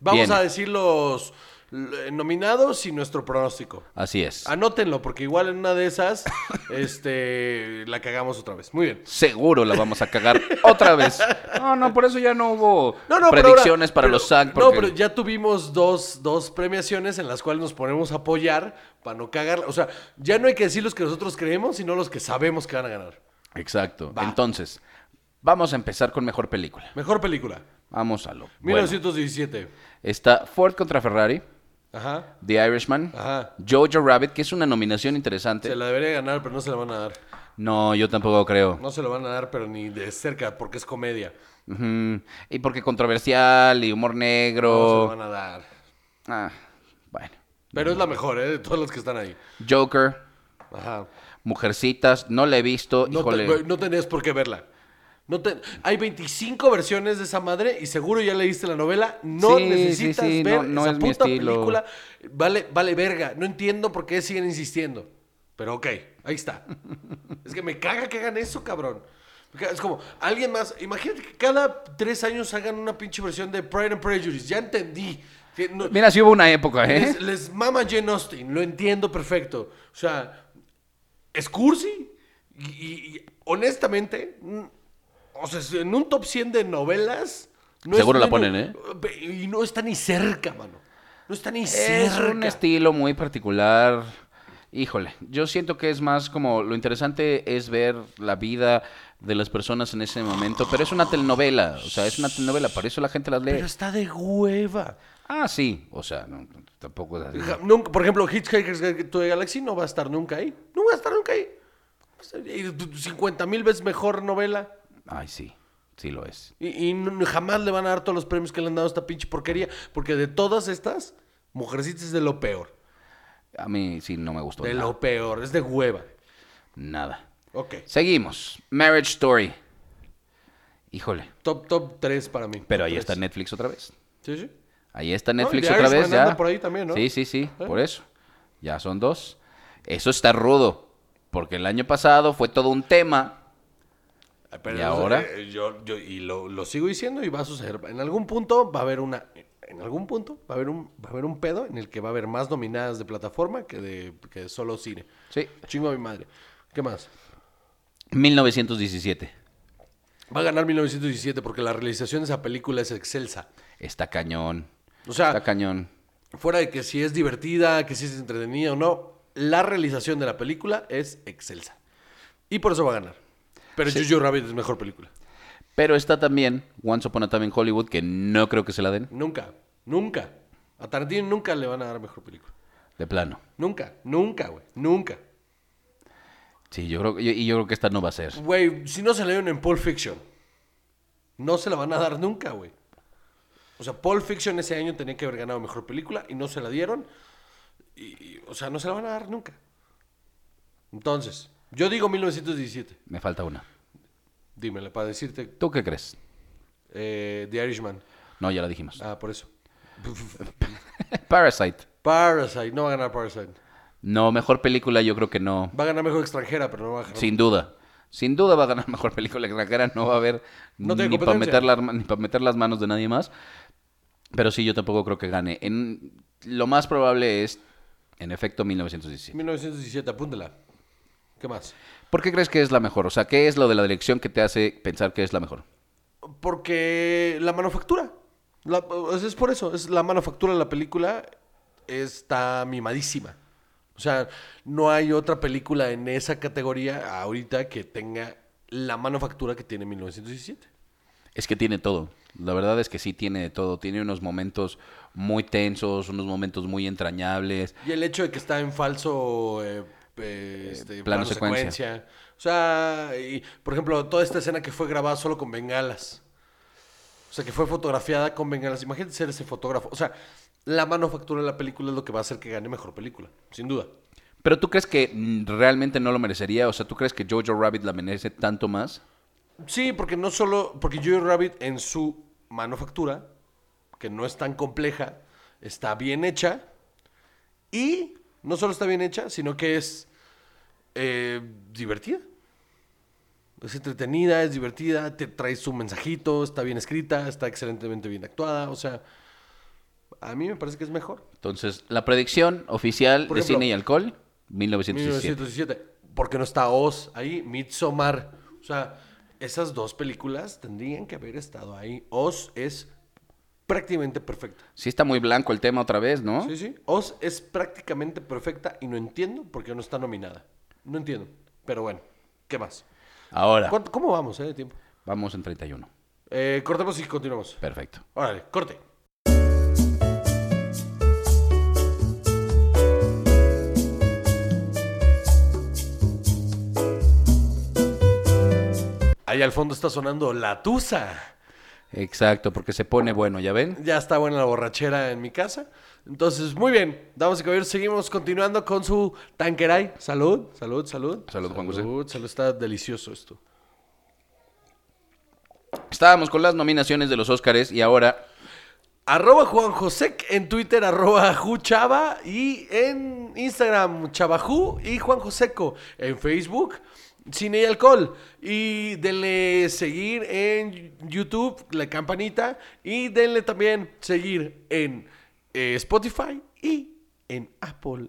A: vamos
B: Bien.
A: a decir los eh, nominados y nuestro pronóstico.
B: Así es.
A: Anótenlo, porque igual en una de esas, este, la cagamos otra vez. Muy bien.
B: Seguro la vamos a cagar otra vez. No, no, por eso ya no hubo
A: No, no, pero ahora-
B: predicciones para
A: pero-
B: los SAG.
A: No,
B: porque-
A: pero ya tuvimos dos, dos premiaciones en las cuales nos ponemos a apoyar para no cagarla. O sea, ya no hay que decir los que nosotros creemos, sino los que sabemos que van a ganar.
B: Exacto.
A: Va.
B: Entonces, vamos a empezar con mejor película.
A: Mejor película.
B: Vamos a lo. bueno.
A: 1917.
B: Está Ford contra Ferrari,
A: Ajá.
B: The Irishman,
A: Ajá.
B: Jojo Rabbit, que es una nominación interesante.
A: Ah. Se la debería ganar, pero no se la van a dar.
B: No, yo tampoco creo.
A: No se la van a dar, pero ni de cerca, porque es comedia.
B: Ujú. Y porque controversial y humor
A: No se la
B: negro.
A: van a dar.
B: Ah, bueno.
A: Pero es la mejor, ¿eh? De todos los que están ahí.
B: Joker,
A: Ajá.
B: Mujercitas, no la he visto.
A: No,
B: Híjole.
A: te- no tenés por qué verla. No te- hay 25 versiones de esa madre y seguro ya leíste la novela. No
B: Sí,
A: necesitas
B: sí, sí,
A: ver
B: no- no
A: esa
B: es mi
A: puta
B: estilo.
A: película. Vale, vale verga. No entiendo por qué siguen insistiendo. Pero ok, ahí está. es que me caga que hagan eso, cabrón. Me caga- Es como, alguien más. Imagínate que cada tres años hagan una pinche versión de Pride and Prejudice. Ya entendí. Que no-
B: Mira, sí hubo una época, ¿eh?
A: les, les mama Jane Austen, lo entiendo perfecto. O sea, es cursi. Y, y- y honestamente, mm, o sea, si en un top 100 de novelas. no
B: Seguro
A: está
B: la ponen,
A: ni-
B: ¿eh?
A: Ve- Y no está ni cerca, mano. No está ni
B: Es
A: cerca.
B: un estilo muy particular. Híjole, yo siento que es más como lo interesante es ver la vida de las personas en ese momento, pero es una telenovela, o sea, es una telenovela, para eso la gente las lee.
A: Pero está de hueva.
B: Ah, sí, o sea, no, no, tampoco es así.
A: Ja- nunca- por ejemplo, Hitchhiker's Guide to the Galaxy no va a estar nunca ahí. No va a estar nunca ahí. 50 mil veces mejor novela.
B: Ay, sí, sí lo es.
A: Y, y no- no- jamás le van a dar todos los premios que le han dado a esta pinche porquería. Porque de todas estas, Mujercitas es de lo peor.
B: A mí sí Pues no me gustó
A: De
B: nada.
A: lo peor. Es de hueva.
B: nada.
A: Ok.
B: Seguimos. Marriage Story. Híjole,
A: Top, top 3 para mí.
B: pero
A: Top
B: ahí
A: tres.
B: está Netflix otra vez.
A: Sí, sí.
B: Ahí está
A: No, y
B: Netflix
A: The
B: otra vez
A: Irishman anda
B: ya.
A: por ahí también, ¿no?
B: Sí, sí, sí, por eso. Ya son dos. Eso está rudo, porque el año pasado fue todo un tema.
A: Ah, pero
B: ¿Y
A: no sé,
B: ahora?
A: eh, yo, yo- y lo, lo sigo diciendo y va a suceder. En algún punto va a haber una. En algún punto va a haber un, va a haber un pedo en el que va a haber más nominadas de plataforma que de, que de solo cine.
B: Sí.
A: Chingo a mi madre. ¿Qué más?
B: 1917.
A: Va a ganar 1917 porque la realización de esa película es excelsa.
B: Está cañón.
A: O sea,
B: está cañón.
A: fuera de que si es divertida, que si es entretenida o no, la realización de la película es excelsa. Y por eso va a ganar. Pero Jojo Rabbit es mejor película.
B: Pero está también Once Upon a Time in Hollywood, que no creo que se la den,
A: Nunca, nunca. A Tarantino nunca le van a dar mejor película.
B: de plano.
A: Nunca, nunca, güey. Nunca.
B: Sí, yo creo, y yo creo que esta no va a ser.
A: Güey, si no se la dieron en Pulp Fiction, no se la van a dar nunca, güey. O sea, Pulp Fiction ese año tenía que haber ganado mejor película y no se la dieron. Y, y, o sea, no se la van a dar nunca. Entonces, yo digo 1917.
B: Me falta una.
A: Dímela para decirte
B: ¿Tú qué crees?
A: eh, The Irishman.
B: No, ya la dijimos.
A: Ah, por eso.
B: Parasite.
A: Parasite, no va a ganar Parasite.
B: No, mejor película yo creo que no.
A: Va a ganar mejor extranjera, pero no va a ganar.
B: Sin duda. Sin duda va a ganar mejor película extranjera. No va a haber
A: No tiene
B: ni para
A: competencia.
B: meter, la- ni pa' meter las manos de nadie más. Pero sí, yo tampoco creo que gane. En, lo más probable es, en efecto, 1917.
A: 1917, apúntela. ¿Qué más?
B: ¿Por qué crees que es la mejor? O sea, ¿qué es lo de la dirección que te hace pensar que es la mejor?
A: Porque la manufactura. La- es es por eso. Es la manufactura de la película está mimadísima. O sea, no hay otra película en esa categoría ahorita que tenga la manufactura que tiene 1917.
B: Es que tiene todo. La verdad es que sí tiene de todo. Tiene unos momentos muy tensos, unos momentos muy entrañables.
A: Y el hecho de que está en falso eh, eh, este, plano,
B: secuencia.
A: secuencia. O sea, y, por ejemplo, toda esta escena que fue grabada solo con bengalas. O sea, que fue fotografiada con bengalas. Imagínate ser ese fotógrafo. O sea, la manufactura de la película es lo que va a hacer que gane mejor película, sin duda.
B: Pero tú crees que mm, realmente no lo merecería? O sea, ¿tú crees que Jojo Rabbit la merece tanto más?
A: Sí, porque no solo. Porque Jojo Rabbit en su manufactura, que no es tan compleja, está bien hecha. Y no solo está bien hecha, sino que es eh, divertida. Es entretenida, es divertida, te trae su mensajito, está bien escrita, está excelentemente bien actuada. O sea, a mí me parece que es mejor.
B: Entonces, la predicción oficial
A: Por
B: de
A: ejemplo,
B: cine y alcohol, 1917.
A: 1917. Porque no está Oz ahí, Midsommar. O sea, esas dos películas tendrían que haber estado ahí. Oz es prácticamente perfecta.
B: Sí está muy blanco el tema otra vez, ¿no?
A: Sí, sí. Oz es prácticamente perfecta y no entiendo por qué no está nominada. No entiendo. Pero bueno, ¿qué más?
B: Ahora,
A: ¿Cuánto- ¿Cómo vamos, eh, de tiempo?
B: vamos en 31.
A: Eh, cortemos y continuamos.
B: Perfecto.
A: Órale, corte. Ahí al fondo está sonando La Tusa.
B: Exacto, porque se pone bueno, ¿ya ven?
A: Ya está buena la borrachera en mi casa. Entonces, muy bien. Damas y caballeros, seguimos continuando con su tanqueray. Salud, salud, salud.
B: Salud, Juan José.
A: Salud, salud. Está delicioso esto.
B: Estábamos con las nominaciones de los Óscares y ahora
A: Arroba Juan Josec en Twitter, arroba Juchava y en Instagram Chavajú y Juan Joseco en Facebook Cine y Alcohol. Y denle seguir en YouTube, la campanita, y denle también seguir en eh, Spotify y en Apple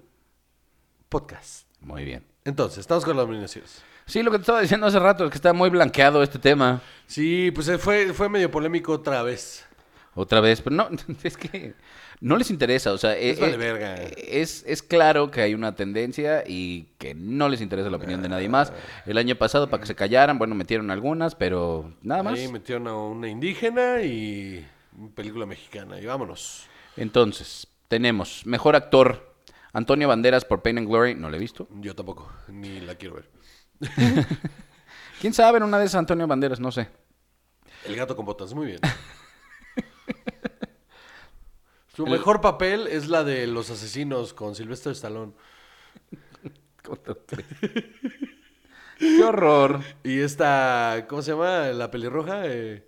A: Podcast.
B: muy bien.
A: Entonces, estamos con las nominaciones.
B: Sí, lo que te estaba diciendo hace rato es que está muy blanqueado este tema.
A: Sí, pues eh, fue, fue medio polémico otra vez.
B: Otra vez, pero no, es que no les interesa, o sea,
A: Es
B: eh,
A: vale
B: eh,
A: verga.
B: es, es claro que hay una tendencia y que no les interesa la opinión de nadie más.
A: Ah.
B: El año pasado, para que se callaran, bueno, metieron algunas, pero nada más.
A: Ahí metieron a una indígena y una película mexicana. Y vámonos.
B: Entonces, tenemos mejor actor, Antonio Banderas por Pain and Glory, no lo he visto.
A: Yo tampoco, ni la quiero ver.
B: ¿Quién sabe en una de esas Antonio Banderas? No sé.
A: El gato con botas, muy bien. Su mejor papel es la de Los Asesinos con Silvestre Stallone.
B: ¡Qué horror!
A: Y esta, ¿cómo se llama? La pelirroja. eh,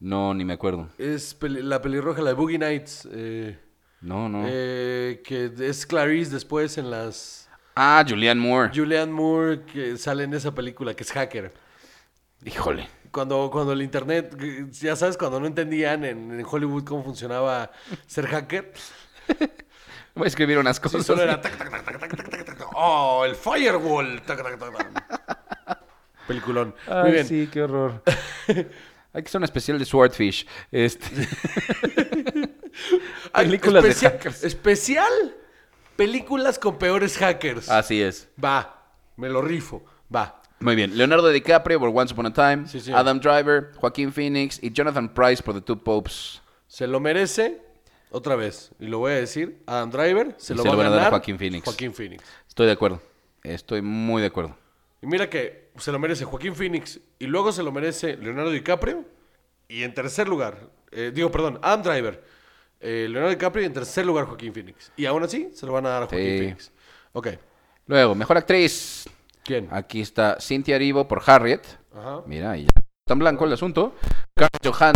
B: No, ni me acuerdo.
A: es peli- la pelirroja, la de Boogie Nights. eh,
B: No, no.
A: eh, que es Clarice después en las...
B: Ah, Julianne Moore.
A: Julianne Moore que sale en esa película, que es hacker.
B: Híjole.
A: Cuando, cuando el internet, ya sabes, cuando no entendían en, en Hollywood cómo funcionaba ser hacker,
B: Voy a escribir unas
A: sí,
B: cosas.
A: solo era tac, tac, tac, tac, tac, tac, tac, tac, tac. ¡Oh, el firewall! Tac, tac, tac, tac. Peliculón. Muy bien.
B: sí, qué horror. Hay que hacer un especial de Swordfish. Este,
A: Ay,
B: películas de
A: especia-
B: hackers.
A: Ah, Especial,
B: Ah.
A: películas con peores hackers.
B: así es.
A: Va, me lo rifo, va.
B: Muy bien. Leonardo DiCaprio por Once Upon a Time,
A: Sí, sí.
B: Adam Driver, Joaquín Phoenix y Jonathan Price por The Two Popes.
A: Se lo merece, otra vez, y lo voy a decir, Adam Driver se
B: Y
A: lo
B: se
A: va
B: lo
A: a
B: van a dar a
A: ganar
B: Joaquin Phoenix.
A: Joaquin Phoenix.
B: Estoy de acuerdo. Estoy muy de acuerdo.
A: Y mira que se lo merece Joaquín Phoenix y luego se lo merece Leonardo DiCaprio. Y en tercer lugar, eh, digo, perdón, Adam Driver, eh, Leonardo DiCaprio y en tercer lugar Joaquín Phoenix. Y aún así se lo van a dar a Joaquín
B: Sí.
A: Phoenix. Ok,
B: Luego, mejor actriz.
A: ¿quién?
B: Aquí está Cynthia Erivo por Harriet.
A: Ajá.
B: Mira, y ya tan blanco el asunto. Carl Johansson,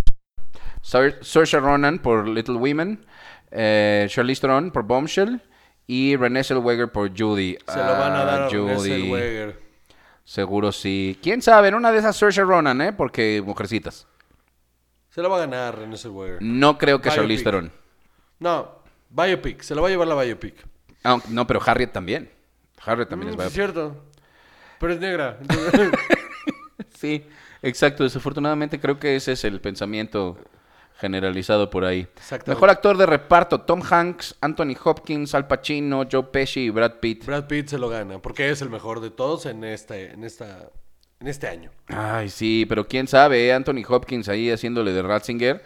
B: Sir- Saoirse Ronan por Little Women, eh, Charlize Theron por Bombshell y Renée Zellweger por Judy.
A: Se lo van a
B: Ah,
A: dar a Renée Zellweger.
B: Seguro sí. ¿Quién sabe? En una de esas Saoirse Ronan, ¿eh? Porque mujercitas.
A: Se lo va a ganar René Zellweger.
B: No creo que
A: Biopic.
B: Charlize Theron.
A: No, Biopic, se lo va a llevar la Biopic.
B: Ah, no, pero Harriet también. Harriet también
A: Mm, sí,
B: es
A: es
B: biopic.
A: cierto. Pero es negra. entonces-
B: Sí, exacto. Desafortunadamente creo que ese es el pensamiento generalizado por ahí.
A: Exactamente.
B: Mejor actor de reparto, Tom Hanks, Anthony Hopkins, Al Pacino, Joe Pesci y Brad Pitt.
A: Brad Pitt se lo gana, porque es el mejor de todos en este, en esta, en este año.
B: Ay, sí, pero quién sabe, eh, Anthony Hopkins ahí haciéndole de Ratzinger.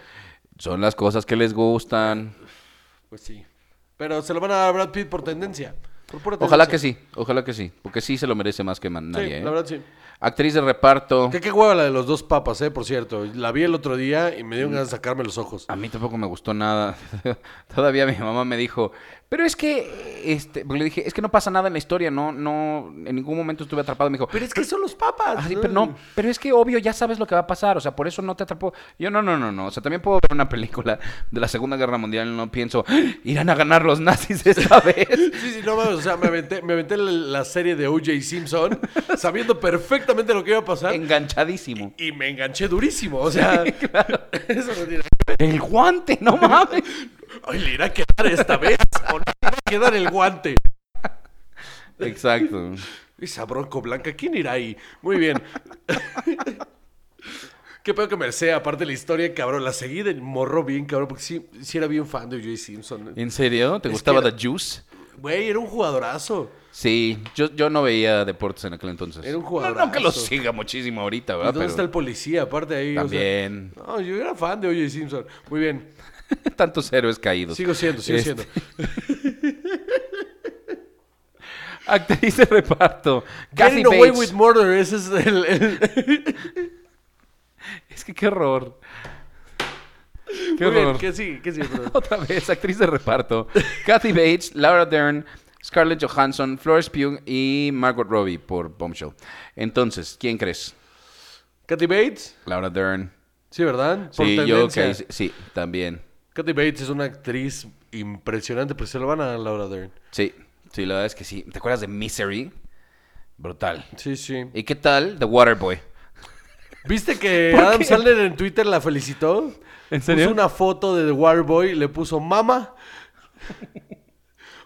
B: Son las cosas que les gustan.
A: Pues sí. Pero se lo van a dar a Brad Pitt por tendencia. por pura
B: Ojalá que
A: tendencia.
B: sí, ojalá que sí, porque sí se lo merece más que man- nadie.
A: Sí,
B: ¿eh? Oh.
A: la verdad sí.
B: Actriz de reparto.
A: Que qué hueva la de los dos papas, eh, por cierto. La vi el otro día y me dio ganas de sacarme los ojos.
B: A mí tampoco me gustó nada. Todavía mi mamá me dijo, pero es que, este, porque le dije, es que no pasa nada en la historia, no, no, en ningún momento estuve atrapado. Me dijo,
A: Pero es que son los papas.
B: "Ah, sí, pero no, pero es que obvio ya sabes lo que va a pasar, o sea, por eso no te atrapó. Yo no, no, no, no, o sea, también puedo ver una película de la Segunda Guerra Mundial y no pienso, "Ah, irán a ganar los nazis esta vez.
A: Sí, sí, no mames, o sea, me aventé, me aventé la- la serie de O.J. Simpson sabiendo perfectamente lo que iba a pasar
B: Enganchadísimo.
A: y me enganché durísimo, o sea, eso no tiene-
B: El guante, no mames.
A: Ay, le irá a quedar esta vez o no le irá a quedar el guante.
B: Exacto.
A: Esa bronco blanca, ¿quién irá ahí? Muy bien. Qué pedo que merced, aparte la historia, cabrón. La seguí del morro bien, cabrón, porque sí, sí era bien fan de O.J. Simpson.
B: ¿En serio? ¿Te
A: Es
B: gustaba
A: que-
B: The Juice?
A: Güey, era un jugadorazo.
B: Sí, yo, yo no veía deportes en aquel entonces.
A: Era un
B: jugador.
A: jugadorazo.
B: No, no que lo siga muchísimo ahorita,
A: ¿Y
B: ¿verdad?
A: dónde
B: Ah, Pero
A: está el policía, aparte ahí? o sea,
B: También.
A: no, yo era fan de O.J. Simpson. Muy bien,
B: tantos héroes caídos.
A: sigo siendo, sigo
B: Este,
A: siendo.
B: Actriz de reparto. Kathy
A: Getting away
B: Bates.
A: with murder, ese es el... el-
B: Es que qué horror. Qué
A: Muy bien,
B: horror.
A: que sí, que sí, perdón.
B: Otra vez, actriz de reparto. Kathy Bates, Laura Dern, Scarlett Johansson, Florence Pugh y Margot Robbie por Bombshell. Entonces, ¿quién crees?
A: Kathy Bates,
B: Laura Dern.
A: sí, ¿verdad? Por
B: Sí, yo
A: tendencia.
B: que- sí, también.
A: Kathy Bates es una actriz impresionante, pero se lo van a dar a Laura Dern.
B: Sí, sí, la verdad es que sí. ¿Te acuerdas de Misery? Brutal.
A: Sí, sí.
B: ¿Y qué tal The Waterboy?
A: ¿Viste que
B: ¿Por
A: Adam
B: qué?
A: Sandler en Twitter la felicitó?
B: ¿En serio?
A: Puso una foto de The Waterboy, le puso mama.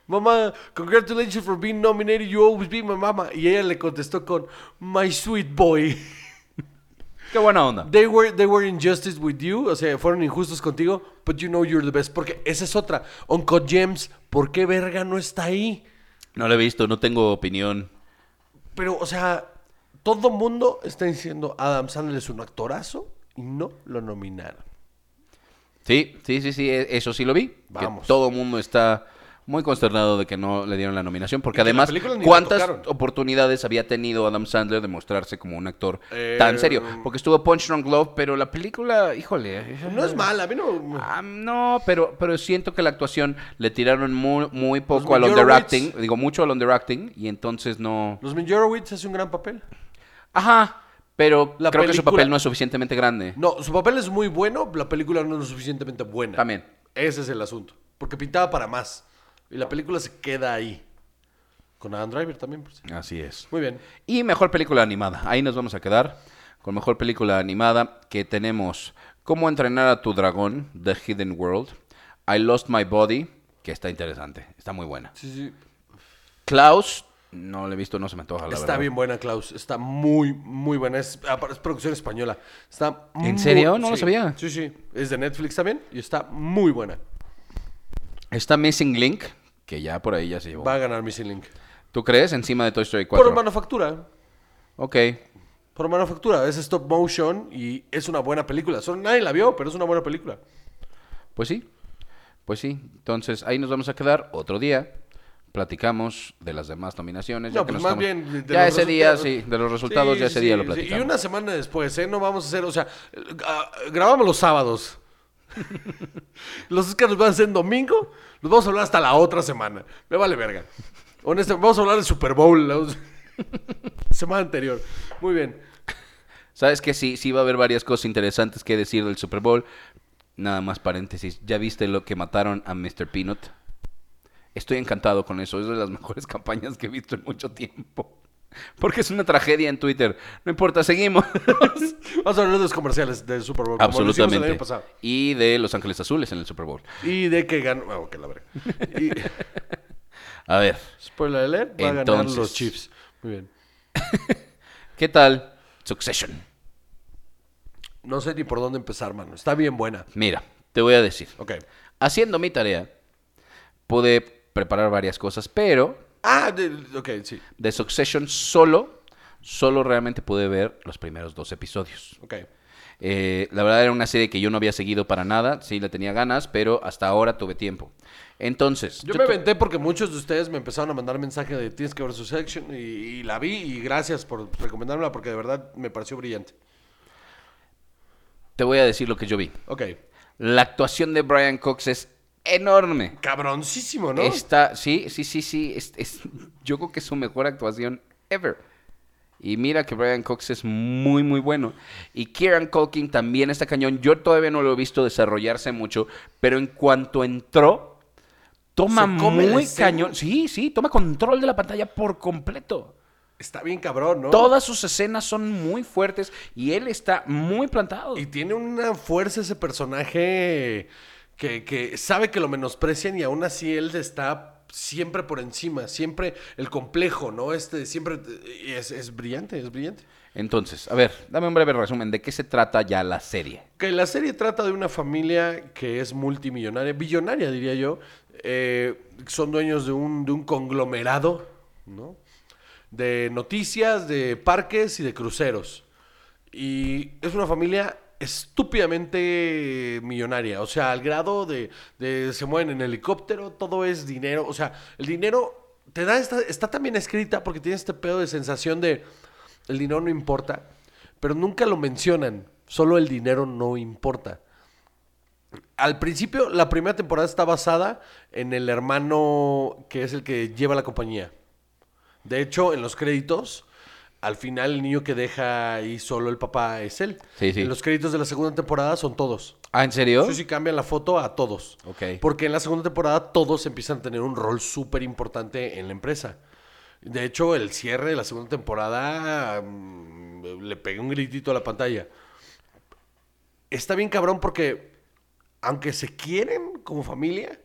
A: Mama, congratulations for being nominated. You always be my mama. Y ella le contestó con My sweet boy.
B: Qué buena onda.
A: They were, they were injustice with you. O sea, fueron injustos contigo. But you know you're the best. Porque esa es otra. Uncut James, ¿por qué verga no está ahí?
B: No lo he visto, no tengo opinión.
A: Pero, o sea, todo mundo está diciendo Adam Sandler es un actorazo y no lo nominaron.
B: Sí, sí, sí, sí, e- eso sí lo vi. Que
A: Vamos.
B: todo el mundo está muy consternado de que no le dieron la nominación,
A: Y
B: porque
A: que la
B: además,
A: película ni la
B: ¿cuántas
A: tocaron?
B: oportunidades había tenido Adam Sandler de mostrarse como un actor
A: Eh,
B: tan serio? Porque estuvo Punch Drunk Love, pero la película, híjole. eh,
A: No es mala, a mí no.
B: ah, no, pero, pero siento que la actuación le tiraron muy, muy
A: Pues
B: poco al
A: Mejorowitz.
B: underacting, digo, mucho al underacting, y entonces no...
A: Los Mejorowitz hace un gran papel.
B: Ajá, pero
A: La
B: creo que su
A: película-
B: papel no es suficientemente grande.
A: No, su papel es muy bueno, la película no es lo suficientemente buena.
B: También.
A: Ese es el asunto. Porque pintaba para más. Y la película se queda ahí. Con Adam Driver también, por cierto.
B: Así es.
A: Muy bien.
B: Y mejor película animada. Ahí nos vamos a quedar con mejor película animada que tenemos Cómo entrenar a tu dragón, The Hidden World, I Lost My Body, que está interesante, está muy buena.
A: Sí, sí.
B: Klaus, no la he visto, no se me antoja la
A: Está
B: verdad.
A: bien buena, Klaus. Está muy, muy buena. Es, aparte, es producción española. Está
B: ¿En
A: muy-
B: serio? No lo
A: sí.
B: sabía.
A: Sí, sí. Es de Netflix también y está muy buena.
B: Está Missing Link, que ya por ahí ya se llevó.
A: Va a ganar Missing Link.
B: ¿Tú crees? Encima de Toy Story 4.
A: Por manufactura.
B: Ok.
A: Por manufactura, es stop motion y es una buena película. Solo nadie la vio, pero es una buena película.
B: Pues sí. Pues sí. Entonces ahí nos vamos a quedar otro día. Platicamos de las demás nominaciones. ya
A: No,
B: que
A: pues
B: nos
A: más
B: estamos-
A: bien. de- de
B: ya
A: los
B: ese día,
A: resultados.
B: sí. De los resultados,
A: Sí,
B: ya
A: sí,
B: ese día
A: sí,
B: lo
A: sí.
B: platicamos.
A: Y una semana después, ¿eh? No vamos a hacer, o sea, eh, ah, grabamos los sábados. los Oscars los van a hacer en domingo, los vamos a hablar hasta la otra semana. Me vale verga. Honestamente, vamos a hablar del Super Bowl la os- semana anterior. Muy bien.
B: Sabes que sí, sí va a haber varias cosas interesantes que decir del Super Bowl. Nada más paréntesis. ¿Ya viste lo que mataron a Mr. Peanut? Estoy encantado con eso. Es de las mejores campañas que he visto en mucho tiempo. Porque es una tragedia en Twitter. No importa, seguimos.
A: Vamos a hablar de los comerciales del Super Bowl. como lo hicimos el
B: Absolutamente.
A: año pasado.
B: Y de Los Ángeles Azules en el Super Bowl.
A: Y de que ganó. Ah, ok, la verga. Y,
B: A ver,
A: spoiler alert, va a ganar
B: Entonces.
A: los Chiefs. Muy bien.
B: ¿qué tal Succession?
A: No sé ni por dónde empezar, mano. Está bien buena.
B: Mira, te voy a decir.
A: Ok.
B: Haciendo mi tarea, pude preparar varias cosas, pero
A: Ah, de- ok, sí.
B: de Succession solo, solo realmente pude ver los primeros dos episodios.
A: Ok.
B: Eh, la verdad era una serie que yo no había seguido para nada, sí le tenía ganas, pero hasta ahora tuve tiempo. Entonces,
A: Yo
B: yo
A: me
B: tu-
A: aventé porque muchos de ustedes me empezaron a mandar mensaje de tienes que ver su section y, y la vi y gracias por recomendármela porque de verdad me pareció brillante.
B: te voy a decir lo que yo vi.
A: Ok.
B: La actuación de Brian Cox es enorme.
A: Cabroncísimo, ¿no?
B: Está, sí, sí, sí, sí, es- es- yo creo que es su mejor actuación ever. Y mira que Brian Cox es muy, muy bueno. Y Kieran Culkin también está cañón. Yo todavía no lo he visto desarrollarse mucho, pero en cuanto entró, toma
A: Se come la
B: muy
A: escena.
B: cañón. Sí, sí, toma control de la pantalla por completo.
A: Está bien cabrón, ¿no?
B: Todas sus escenas son muy fuertes y él está muy plantado.
A: Y tiene una fuerza ese personaje que, que sabe que lo menosprecian y aún así él está siempre por encima, siempre el complejo, ¿no? Este siempre y es, es brillante, es brillante.
B: Entonces, a ver, dame un breve resumen de qué se trata ya la serie.
A: Que la serie trata de una familia que es multimillonaria, billonaria diría yo. eh, son dueños de un, de un conglomerado, ¿no? De noticias, de parques y de cruceros. Y es una familia estúpidamente millonaria. O sea, al grado de, de se mueven en helicóptero, todo es dinero. O sea, el dinero te da esta, está también escrita porque tiene este pedo de sensación de el dinero no importa, pero nunca lo mencionan. Solo el dinero no importa. Al principio, la primera temporada está basada en el hermano que es el que lleva la compañía. De hecho, en los créditos, al final el niño que deja ahí solo el papá es él.
B: Sí, sí.
A: En los créditos de la segunda temporada son todos.
B: Ah, ¿en serio?
A: Sí, sí, cambian la foto a todos.
B: Ok.
A: Porque en la segunda temporada todos empiezan a tener un rol súper importante en la empresa. De hecho, el cierre de la segunda temporada mm, le pegué un gritito a la pantalla. Está bien cabrón porque, aunque se quieren como familia,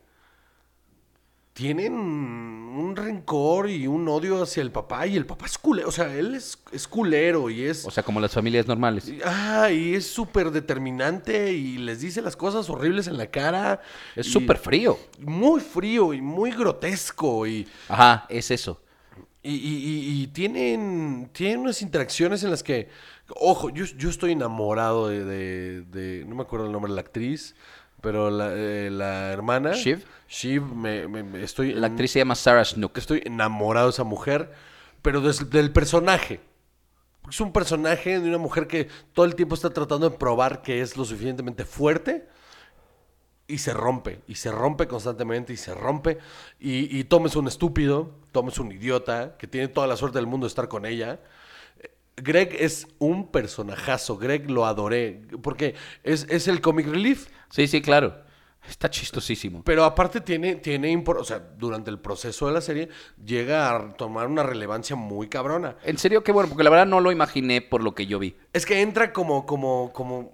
A: tienen un rencor y un odio hacia el papá. Y el papá es culero. O sea, él es, es culero y es...
B: O sea, como las familias normales.
A: Y- Ah, y es súper determinante y les dice las cosas horribles en la cara.
B: Es
A: y
B: súper frío.
A: Muy frío y muy grotesco y,
B: Ajá, es eso.
A: y, y- y- y tienen, tienen unas interacciones en las que, ojo, yo, yo estoy enamorado de, de- de- no me acuerdo el nombre de la actriz, pero la, eh, la hermana.
B: ¿Shiv?
A: Shiv, me, me- me- estoy...
B: La actriz se llama Sarah Snook.
A: Estoy enamorado de esa mujer, pero des- del personaje. Es un personaje de una mujer que todo el tiempo está tratando de probar que es lo suficientemente fuerte y se rompe, y se rompe constantemente, y se rompe. Y, y Tom es un estúpido, Tom es un idiota, que tiene toda la suerte del mundo de estar con ella. Greg es un personajazo, Greg lo adoré, porque es, es el comic relief.
B: Sí, sí, claro. Está chistosísimo.
A: Pero aparte tiene, tiene, impor- o sea, durante el proceso de la serie llega a tomar una relevancia muy cabrona.
B: En serio, qué bueno, porque la verdad no lo imaginé por lo que yo vi.
A: Es que entra como, como, como,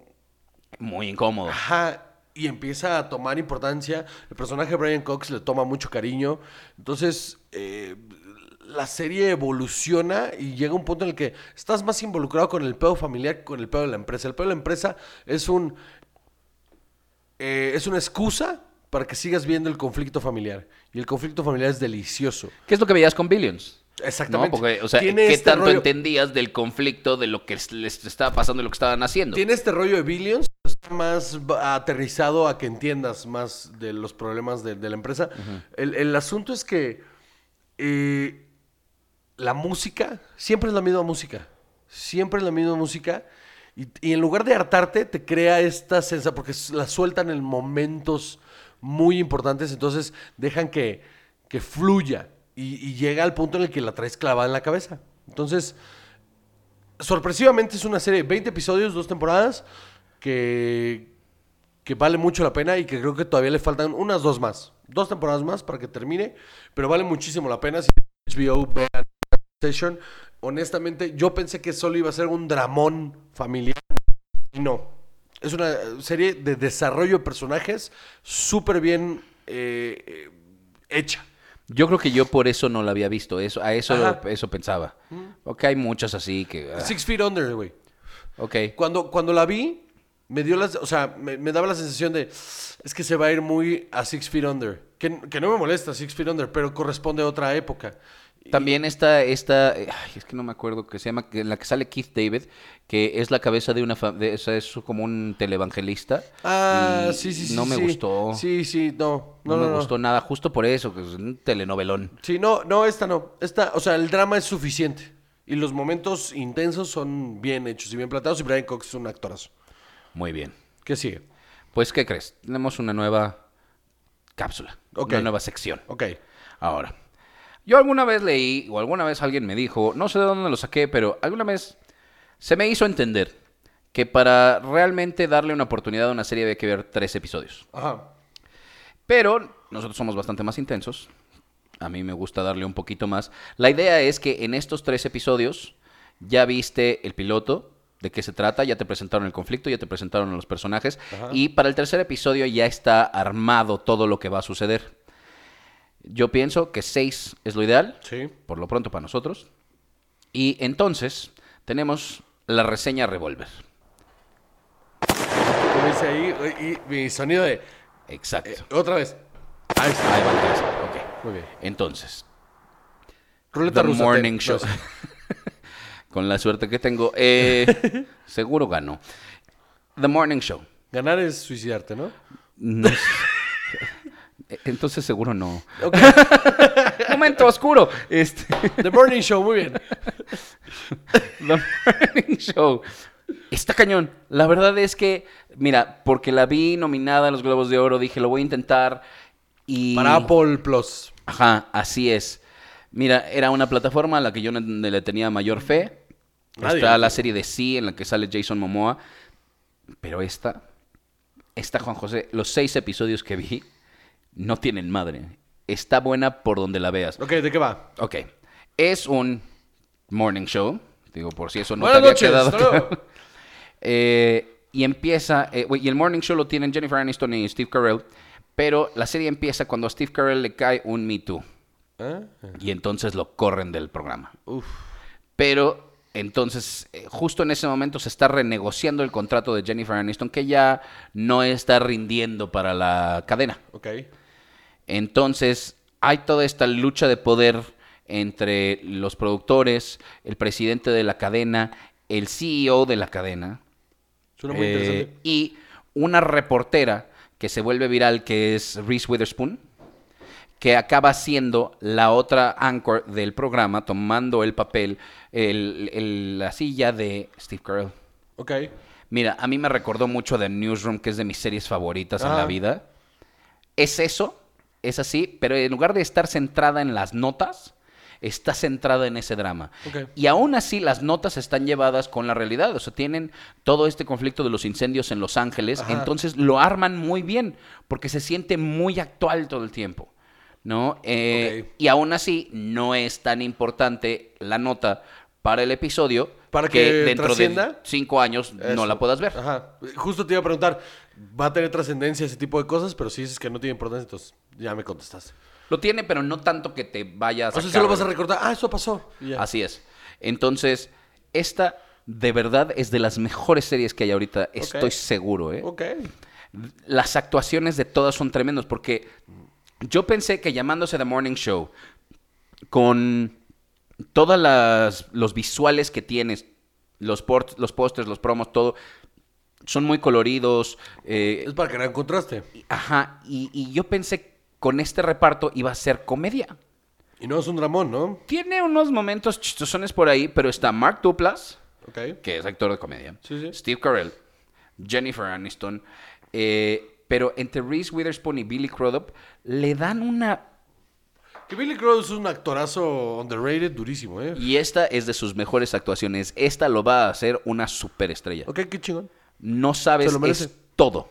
B: Muy incómodo.
A: ajá, y empieza a tomar importancia. El personaje de Brian Cox le toma mucho cariño. Entonces, eh, la serie evoluciona y llega un punto en el que estás más involucrado con el pedo familiar que con el pedo de la empresa. El pedo de la empresa es un, eh, es una excusa para que sigas viendo el conflicto familiar. Y el conflicto familiar es delicioso.
B: ¿Qué es lo que veías con Billions?
A: Exactamente.
B: ¿no? Porque, o sea,
A: Tiene
B: ¿qué
A: este
B: tanto
A: rollo-
B: entendías del conflicto de lo que es- les estaba pasando y lo que estaban haciendo?
A: Tiene este rollo de Billions, pero está más ba- aterrizado a que entiendas más de los problemas de, de la empresa. el, el asunto es que eh, la música siempre es la misma música. Siempre es la misma música. Y, y en lugar de hartarte, te crea esta sensación, porque s- la sueltan en momentos muy importantes, entonces dejan que, que fluya y, y llega al punto en el que la traes clavada en la cabeza. Entonces, sorpresivamente es una serie de 20 episodios, dos temporadas, que, que vale mucho la pena y que creo que todavía le faltan unas dos más. Dos temporadas más para que termine, pero vale muchísimo la pena. Si HBO vean Session, honestamente, yo pensé que solo iba a ser un dramón familiar. y No. Es una serie de desarrollo de personajes súper bien eh, eh, hecha.
B: Yo creo que yo por eso no la había visto. Eso, a eso,
A: Ajá. Mm.
B: eso pensaba. Ok, hay muchas así que. ah,
A: Six Feet Under, güey.
B: ok.
A: Cuando, cuando la vi, me dio las. O sea, me, me daba la sensación de. Es que se va a ir muy a Six Feet Under. Que, que no me molesta Six Feet Under, pero corresponde a otra época.
B: También esta, esta, eh, ay, es que no me acuerdo que se llama, que en la que sale Keith David, que es la cabeza de una, fa- de, o sea, es como un televangelista.
A: Ah,
B: y
A: sí, sí, sí.
B: No me
A: sí.
B: gustó.
A: Sí, sí, no. No,
B: no, me
A: no, no.
B: gustó nada, justo por eso, que es un telenovelón.
A: Sí, no, no, esta no. Esta, o sea, el drama es suficiente. Y los momentos intensos son bien hechos y bien plantados. Y Brian Cox es un actorazo.
B: Muy bien.
A: ¿Qué sigue?
B: Pues, ¿qué crees? Tenemos una nueva cápsula,
A: Ok.
B: una nueva sección.
A: Ok.
B: Ahora, yo alguna vez leí, o alguna vez alguien me dijo, no sé de dónde lo saqué, pero alguna vez se me hizo entender que para realmente darle una oportunidad a una serie había que ver tres episodios.
A: Ajá.
B: Pero nosotros somos bastante más intensos. A mí me gusta darle un poquito más. La idea es que en estos tres episodios ya viste el piloto, de qué se trata, ya te presentaron el conflicto, ya te presentaron a los personajes.
A: Ajá.
B: Y para el tercer episodio ya está armado todo lo que va a suceder. Yo pienso que seis es lo ideal,
A: Sí.
B: por lo pronto para nosotros. Y entonces tenemos la reseña Revolver.
A: Como dice ahí, y, y mi sonido de.
B: Exacto.
A: eh, otra vez. Ahí está.
B: Ahí van tres. Ok.
A: Muy bien.
B: Entonces,
A: Ruleta
B: The
A: rusa.
B: Morning
A: te-
B: Show.
A: no, sí.
B: Con la suerte que tengo, eh, seguro gano. The Morning Show.
A: Ganar es suicidarte, ¿no?
B: No sé. Eh, Entonces seguro no.
A: Ok.
B: Momento oscuro. Este,
A: The Morning Show, muy bien.
B: The Morning Show. Está cañón. La verdad es que, mira, porque la vi nominada a los Globos de Oro, dije, lo voy a intentar. Y...
A: Para Apple Plus.
B: Ajá, así es. Mira, era una plataforma a la que yo no no le tenía mayor fe.
A: Nadie.
B: Está la serie de Sí, en la que sale Jason Momoa. Pero esta, esta Juan José, los seis episodios que vi no tienen madre. Está buena por donde la veas.
A: Ok, ¿de qué va?
B: Ok, es un morning show. Digo, por si eso no
A: Buenas
B: te había
A: noches.
B: quedado
A: hasta luego.
B: claro. Eh, y empieza, eh, güey, y el morning show lo tienen Jennifer Aniston y Steve Carell, pero la serie empieza cuando a Steve Carell le cae un Me Too
A: ¿Eh?
B: y entonces lo corren del programa.
A: Uf.
B: Pero entonces, eh, justo en ese momento se está renegociando el contrato de Jennifer Aniston que ya no está rindiendo para la cadena.
A: Ok.
B: Entonces, hay toda esta lucha de poder entre los productores, el presidente de la cadena, el CEO de la cadena,
A: Suena muy
B: eh,
A: interesante.
B: Y una reportera que se vuelve viral, que es Reese Witherspoon, que acaba siendo la otra anchor del programa, tomando el papel, el- el- la silla de Steve Carell.
A: Ok.
B: Mira, a mí me recordó mucho de Newsroom, que es de mis series favoritas en
A: Ajá.
B: la vida. Es eso, es así, pero en lugar de estar centrada en las notas, está centrada en ese drama.
A: Ok.
B: Y aún así las notas están llevadas con la realidad, o sea, tienen todo este conflicto de los incendios en Los Ángeles,
A: Ajá.
B: entonces lo arman muy bien, porque se siente muy actual todo el tiempo. ¿No? Eh,
A: Ok.
B: Y aún así, no es tan importante la nota para el episodio
A: Para que
B: dentro de
A: trascienda.
B: cinco años no
A: Eso. Ah.
B: la puedas ver.
A: Ajá. Justo te iba a preguntar, ¿va a tener trascendencia ese tipo de cosas? Pero si dices que no tiene importancia, entonces ya me contestaste.
B: Lo tiene, pero no tanto que te vayas
A: O sea, solo vas a recordar, ah, eso pasó. y ya.
B: Así es. Entonces, esta de verdad es de las mejores series que hay ahorita, estoy seguro, ¿eh?
A: Ok.
B: Las actuaciones de todas son tremendas porque yo pensé que llamándose The Morning Show con todos los visuales que tienes, los, port- los pósters, los promos, todo, son muy coloridos. eh,
A: Es para que no encontraste.
B: ajá, y, y yo pensé con este reparto iba a ser comedia.
A: Y no es un dramón, ¿no?
B: Tiene unos momentos chistosones por ahí, pero está Mark Duplas,
A: Ok.
B: que es actor de comedia,
A: Sí, sí.
B: Steve Carell, Jennifer Aniston, eh, pero entre Reese Witherspoon y Billy Crudup le dan una...
A: Que Billy Crudup es un actorazo underrated durísimo, ¿eh?
B: Y esta es de sus mejores actuaciones. Esta lo va a hacer una superestrella.
A: Ok, qué chingón.
B: No sabes,
A: Se lo merece.
B: es todo.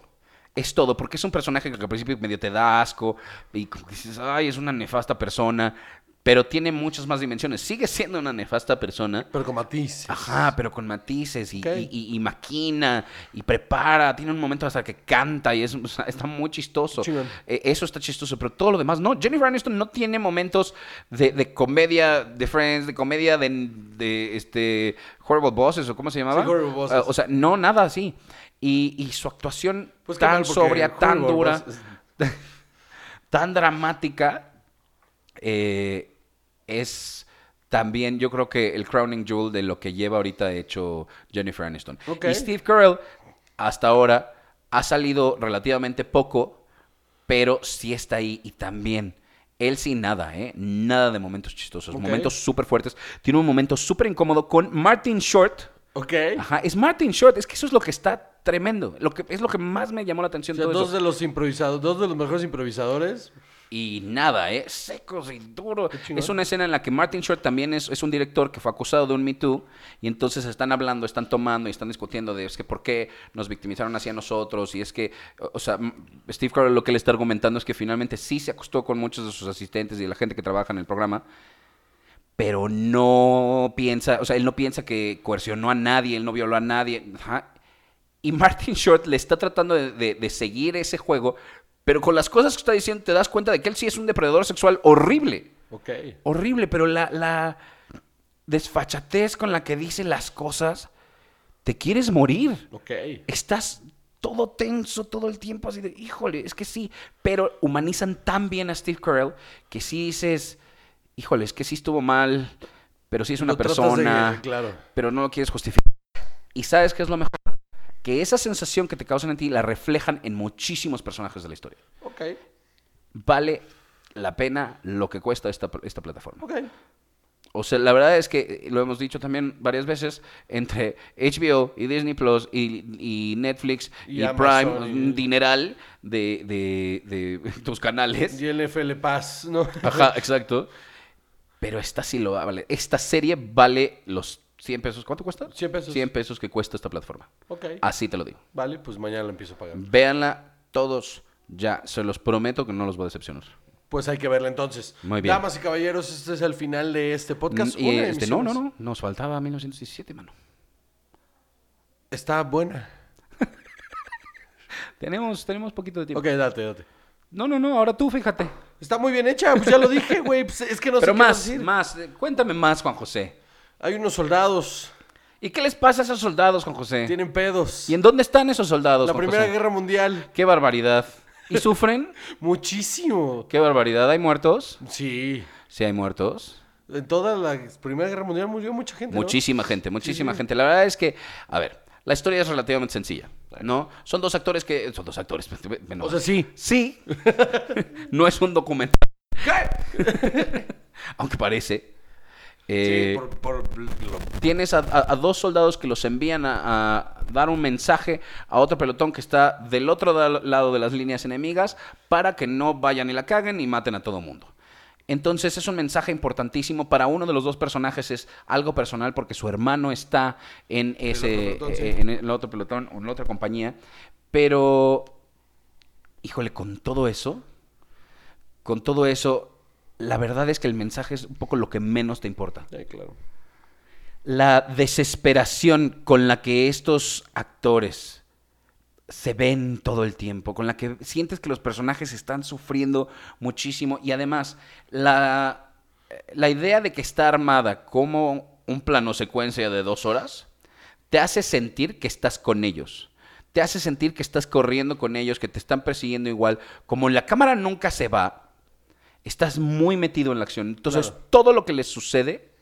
B: Es todo, porque es un personaje que al principio medio te da asco y como que dices, ay, es una nefasta persona, pero tiene muchas más dimensiones. Sigue siendo una nefasta persona,
A: Pero con matices.
B: ajá, pero con matices y,
A: Ok.
B: y- y- y maquina y prepara. Tiene un momento hasta que canta y es, o sea, está muy chistoso.
A: Chingón.
B: Eh, eso está chistoso, pero todo lo demás no. Jennifer Aniston no tiene momentos de, de comedia de Friends, de comedia de, de, este Horrible Bosses o cómo se llamaba.
A: Sí, Horrible Bosses.
B: Ah, o sea, no, nada así. Y, y su actuación
A: Pues qué
B: tan
A: mal, porque
B: sobria, tan
A: Horrible
B: dura,
A: Bosses-
B: tan dramática, eh, es también, yo creo que el crowning jewel de lo que lleva ahorita hecho Jennifer Aniston.
A: Ok.
B: Y Steve Carell, hasta ahora, ha salido relativamente poco, pero sí está ahí y también. Él sí nada, ¿eh? Nada de momentos chistosos,
A: Ok.
B: momentos súper fuertes. Tiene un momento súper incómodo con Martin Short.
A: Ok.
B: Ajá, es Martin Short, es que eso es lo que está tremendo, lo que es lo que más me llamó la
A: O
B: atención
A: sea,
B: todo
A: dos
B: eso.
A: de los improvisados, dos de los mejores improvisadores.
B: Y nada, eh, secos y duro.
A: chingón.
B: Es una escena en la que Martin Short también es, es un director que fue acusado de un Me Too y entonces están hablando, están tomando y están discutiendo de es que por qué nos victimizaron hacia nosotros y es que, o o sea, m- Steve Carell lo que le está argumentando es que finalmente sí se acostó con muchos de sus asistentes y la gente que trabaja en el programa, pero no piensa, o sea, él no piensa que coercionó a nadie, él no violó a nadie. Ajá. Y Martin Short le está tratando de, de- de seguir ese juego, pero con las cosas que está diciendo te das cuenta de que él sí es un depredador sexual horrible.
A: Ok.
B: Horrible, pero la, la desfachatez con la que dice las cosas, te quieres morir.
A: Ok.
B: Estás todo tenso todo el tiempo, así de, híjole, es que sí, pero humanizan tan bien a Steve Carell que sí dices, híjole, es que sí estuvo mal, pero sí es una
A: Lo tratas de-
B: persona
A: claro.
B: pero no lo quieres justificar. Y sabes qué es lo mejor? Que esa sensación que te causan en ti la reflejan en muchísimos personajes de la historia.
A: Ok.
B: Vale la pena lo que cuesta esta, esta plataforma.
A: Ok.
B: O sea, la verdad es que eh, lo hemos dicho también varias veces, entre HBO y Disney Plus y, y Netflix
A: Y
B: y,
A: Amazon
B: Prime,
A: y-
B: un dineral de, de- de tus canales.
A: Y NFL Paz, ¿no?
B: Ajá, exacto. Pero esta sí lo vale. Esta serie vale los 100 pesos. ¿Cuánto cuesta?
A: 100 pesos.
B: 100 pesos que cuesta esta plataforma.
A: Ok.
B: Así te lo digo.
A: Vale, pues mañana lo empiezo a pagar.
B: Véanla todos ya. Se los prometo que no los voy a decepcionar.
A: Pues hay que verla entonces.
B: Muy bien.
A: Damas y caballeros, este es el final de este podcast.
B: Mm, y,
A: Una de
B: este,
A: mis
B: no,
A: horas.
B: no, no. Nos faltaba 1917, mano.
A: Está buena.
B: Tenemos, tenemos poquito de tiempo.
A: Ok, date, date.
B: No, no, no. Ahora tú, fíjate.
A: Está muy bien hecha, pues ya lo dije, güey. pues es que no
B: Pero
A: sé
B: más,
A: qué decir.
B: más. eh, Cuéntame más, Juan José.
A: Hay unos soldados,
B: ¿Y qué les pasa a esos soldados, Juan José?
A: tienen pedos.
B: ¿Y en dónde están esos soldados,
A: La
B: Juan
A: Primera
B: José?
A: Guerra Mundial,
B: Qué barbaridad. ¿Y sufren?
A: muchísimo.
B: Qué barbaridad. ¿Hay muertos?
A: Sí.
B: Sí, hay muertos.
A: En toda la Primera Guerra Mundial murió mucha gente. ¿no?
B: Muchísima gente, muchísima gente. La verdad es que, a ver, la historia es relativamente sencilla, ¿no? Son dos actores que... Son dos actores. bueno,
A: O sea, sí.
B: sí. no es un documental. Aunque parece. Eh,
A: sí, por, por lo-
B: Tienes a, a- a dos soldados que los envían a, a dar un mensaje a otro pelotón que está del otro da- lado de las líneas enemigas para que no vayan y la caguen y maten a todo mundo. Entonces es un mensaje importantísimo para uno de los dos personajes, es algo personal porque su hermano está en ese
A: pelotón, sí.
B: eh, en el otro pelotón o en la otra compañía, pero híjole, con todo eso, con todo eso, la verdad es que el mensaje es un poco lo que menos te importa
A: Ay, claro.
B: la desesperación con la que estos actores se ven todo el tiempo, con la que sientes que los personajes están sufriendo muchísimo y además la, la idea de que está armada como un plano secuencia de dos horas te hace sentir que estás con ellos. Te hace sentir que estás corriendo con ellos, que te están persiguiendo igual. Como la cámara nunca se va, estás muy metido en la acción. Entonces,
A: Claro.
B: todo lo que les sucede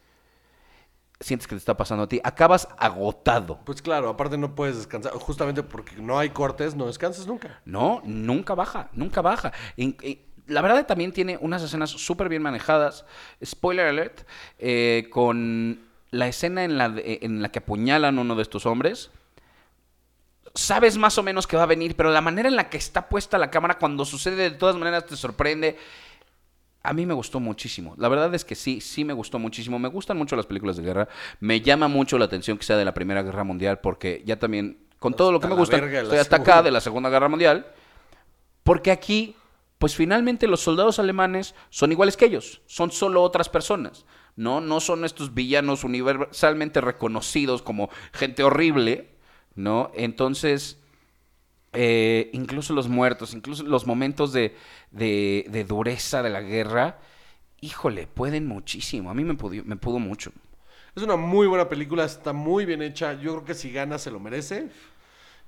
B: sientes que te está pasando a ti. Acabas agotado.
A: Pues claro, aparte no puedes descansar. Justamente porque no hay cortes, no descansas nunca.
B: No, nunca baja, nunca baja. In- in- la verdad también tiene unas escenas súper bien manejadas. Spoiler alert, eh, con la escena en la, de- en la que apuñalan a uno de estos hombres. Sabes más o menos que va a venir, pero la manera en la que está puesta la cámara cuando sucede de todas maneras te sorprende. A mí me gustó muchísimo. La verdad es que sí, sí me gustó muchísimo. Me gustan mucho las películas de guerra. Me llama mucho la atención que sea de la Primera Guerra Mundial porque ya también, con todo lo que
A: Hasta
B: me
A: la
B: gusta,
A: verga de la
B: estoy hasta acá
A: Segunda.
B: de la Segunda Guerra Mundial. Porque aquí, pues finalmente los soldados alemanes son iguales que ellos, son solo otras personas, ¿no? No son estos villanos universalmente reconocidos como gente horrible, ¿no? Entonces, eh, incluso los muertos, incluso los momentos de, de- de dureza de la guerra, híjole, pueden muchísimo. A mí me, pudi- me pudo mucho.
A: Es una muy buena película, está muy bien hecha. Yo creo que si gana se lo merece.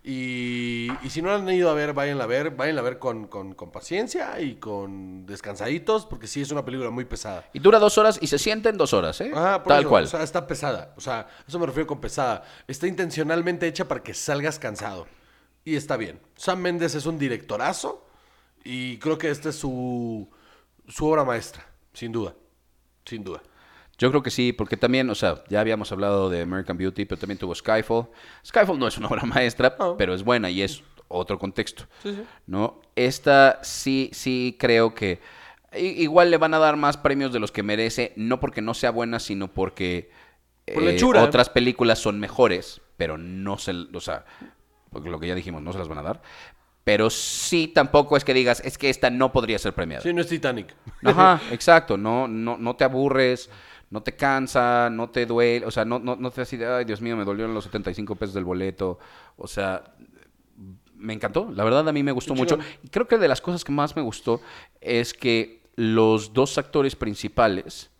A: Y, y si no la han ido a ver, váyanla a ver. Váyanla a ver con, con- con paciencia y con descansaditos, porque sí es una película muy pesada.
B: Y dura dos horas y se sienten dos horas, ¿eh?
A: Ajá, Ah, por
B: Tal
A: eso,
B: cual.
A: O sea, está pesada. O sea, eso me refiero con pesada. Está intencionalmente hecha para que salgas cansado. Y está bien. Sam Méndez es un directorazo y creo que esta es su, su obra maestra, sin duda. Sin duda.
B: Yo creo que sí, porque también, o sea, ya habíamos hablado de American Beauty, pero también tuvo Skyfall. Skyfall no es una obra maestra,
A: No.
B: pero es buena y es otro contexto.
A: Sí, sí.
B: ¿No? Esta sí, sí creo que i- igual le van a dar más premios de los que merece, no porque no sea buena, sino porque eh,
A: Por lechura.
B: otras películas son mejores, pero no se, o sea, porque lo que ya dijimos, no se las van a dar. Pero sí tampoco es que digas, es que esta no podría ser premiada.
A: Sí, no es Titanic.
B: Ajá, exacto. No, no, no te aburres, no te cansa, no te duele. O sea, no, no, no te así de, ay, Dios mío, me dolieron los 75 pesos del boleto. O sea, me encantó. La verdad, a mí me gustó
A: Qué
B: mucho.
A: chingón.
B: Y creo que de las cosas que más me gustó es que los dos actores principales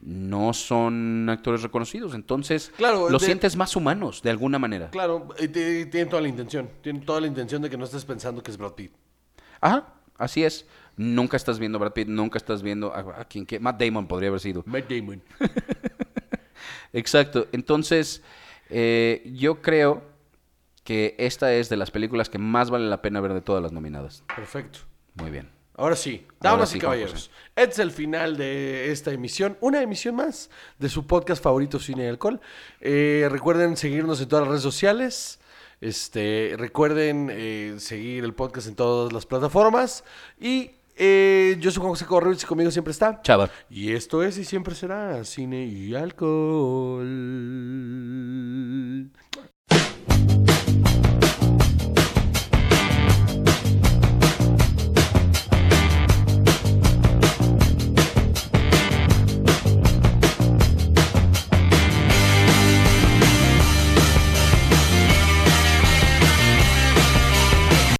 B: no son actores reconocidos. Entonces,
A: Claro,
B: los
A: de-
B: sientes más humanos, de alguna manera.
A: Claro, y ti- tienen toda la intención. Tienen toda la intención de que no estés pensando que es Brad Pitt.
B: Ajá, así es. Nunca estás viendo a Brad Pitt, nunca estás viendo a, a quien que Matt Damon podría haber sido.
A: Matt Damon.
B: Exacto. Entonces, eh, yo creo que esta es de las películas que más vale la pena ver de todas las nominadas.
A: Perfecto.
B: Muy bien.
A: Ahora sí,
B: Ahora
A: damas
B: sí,
A: y
B: Juan
A: caballeros. Es el final de esta emisión, una emisión más de su podcast favorito Cine y Alcohol. Eh, recuerden seguirnos en todas las redes sociales. Este, recuerden eh, seguir el podcast en todas las plataformas. Y eh, yo soy Juan José Corribes y conmigo siempre está.
B: Chava.
A: Y esto es y siempre será Cine y Alcohol.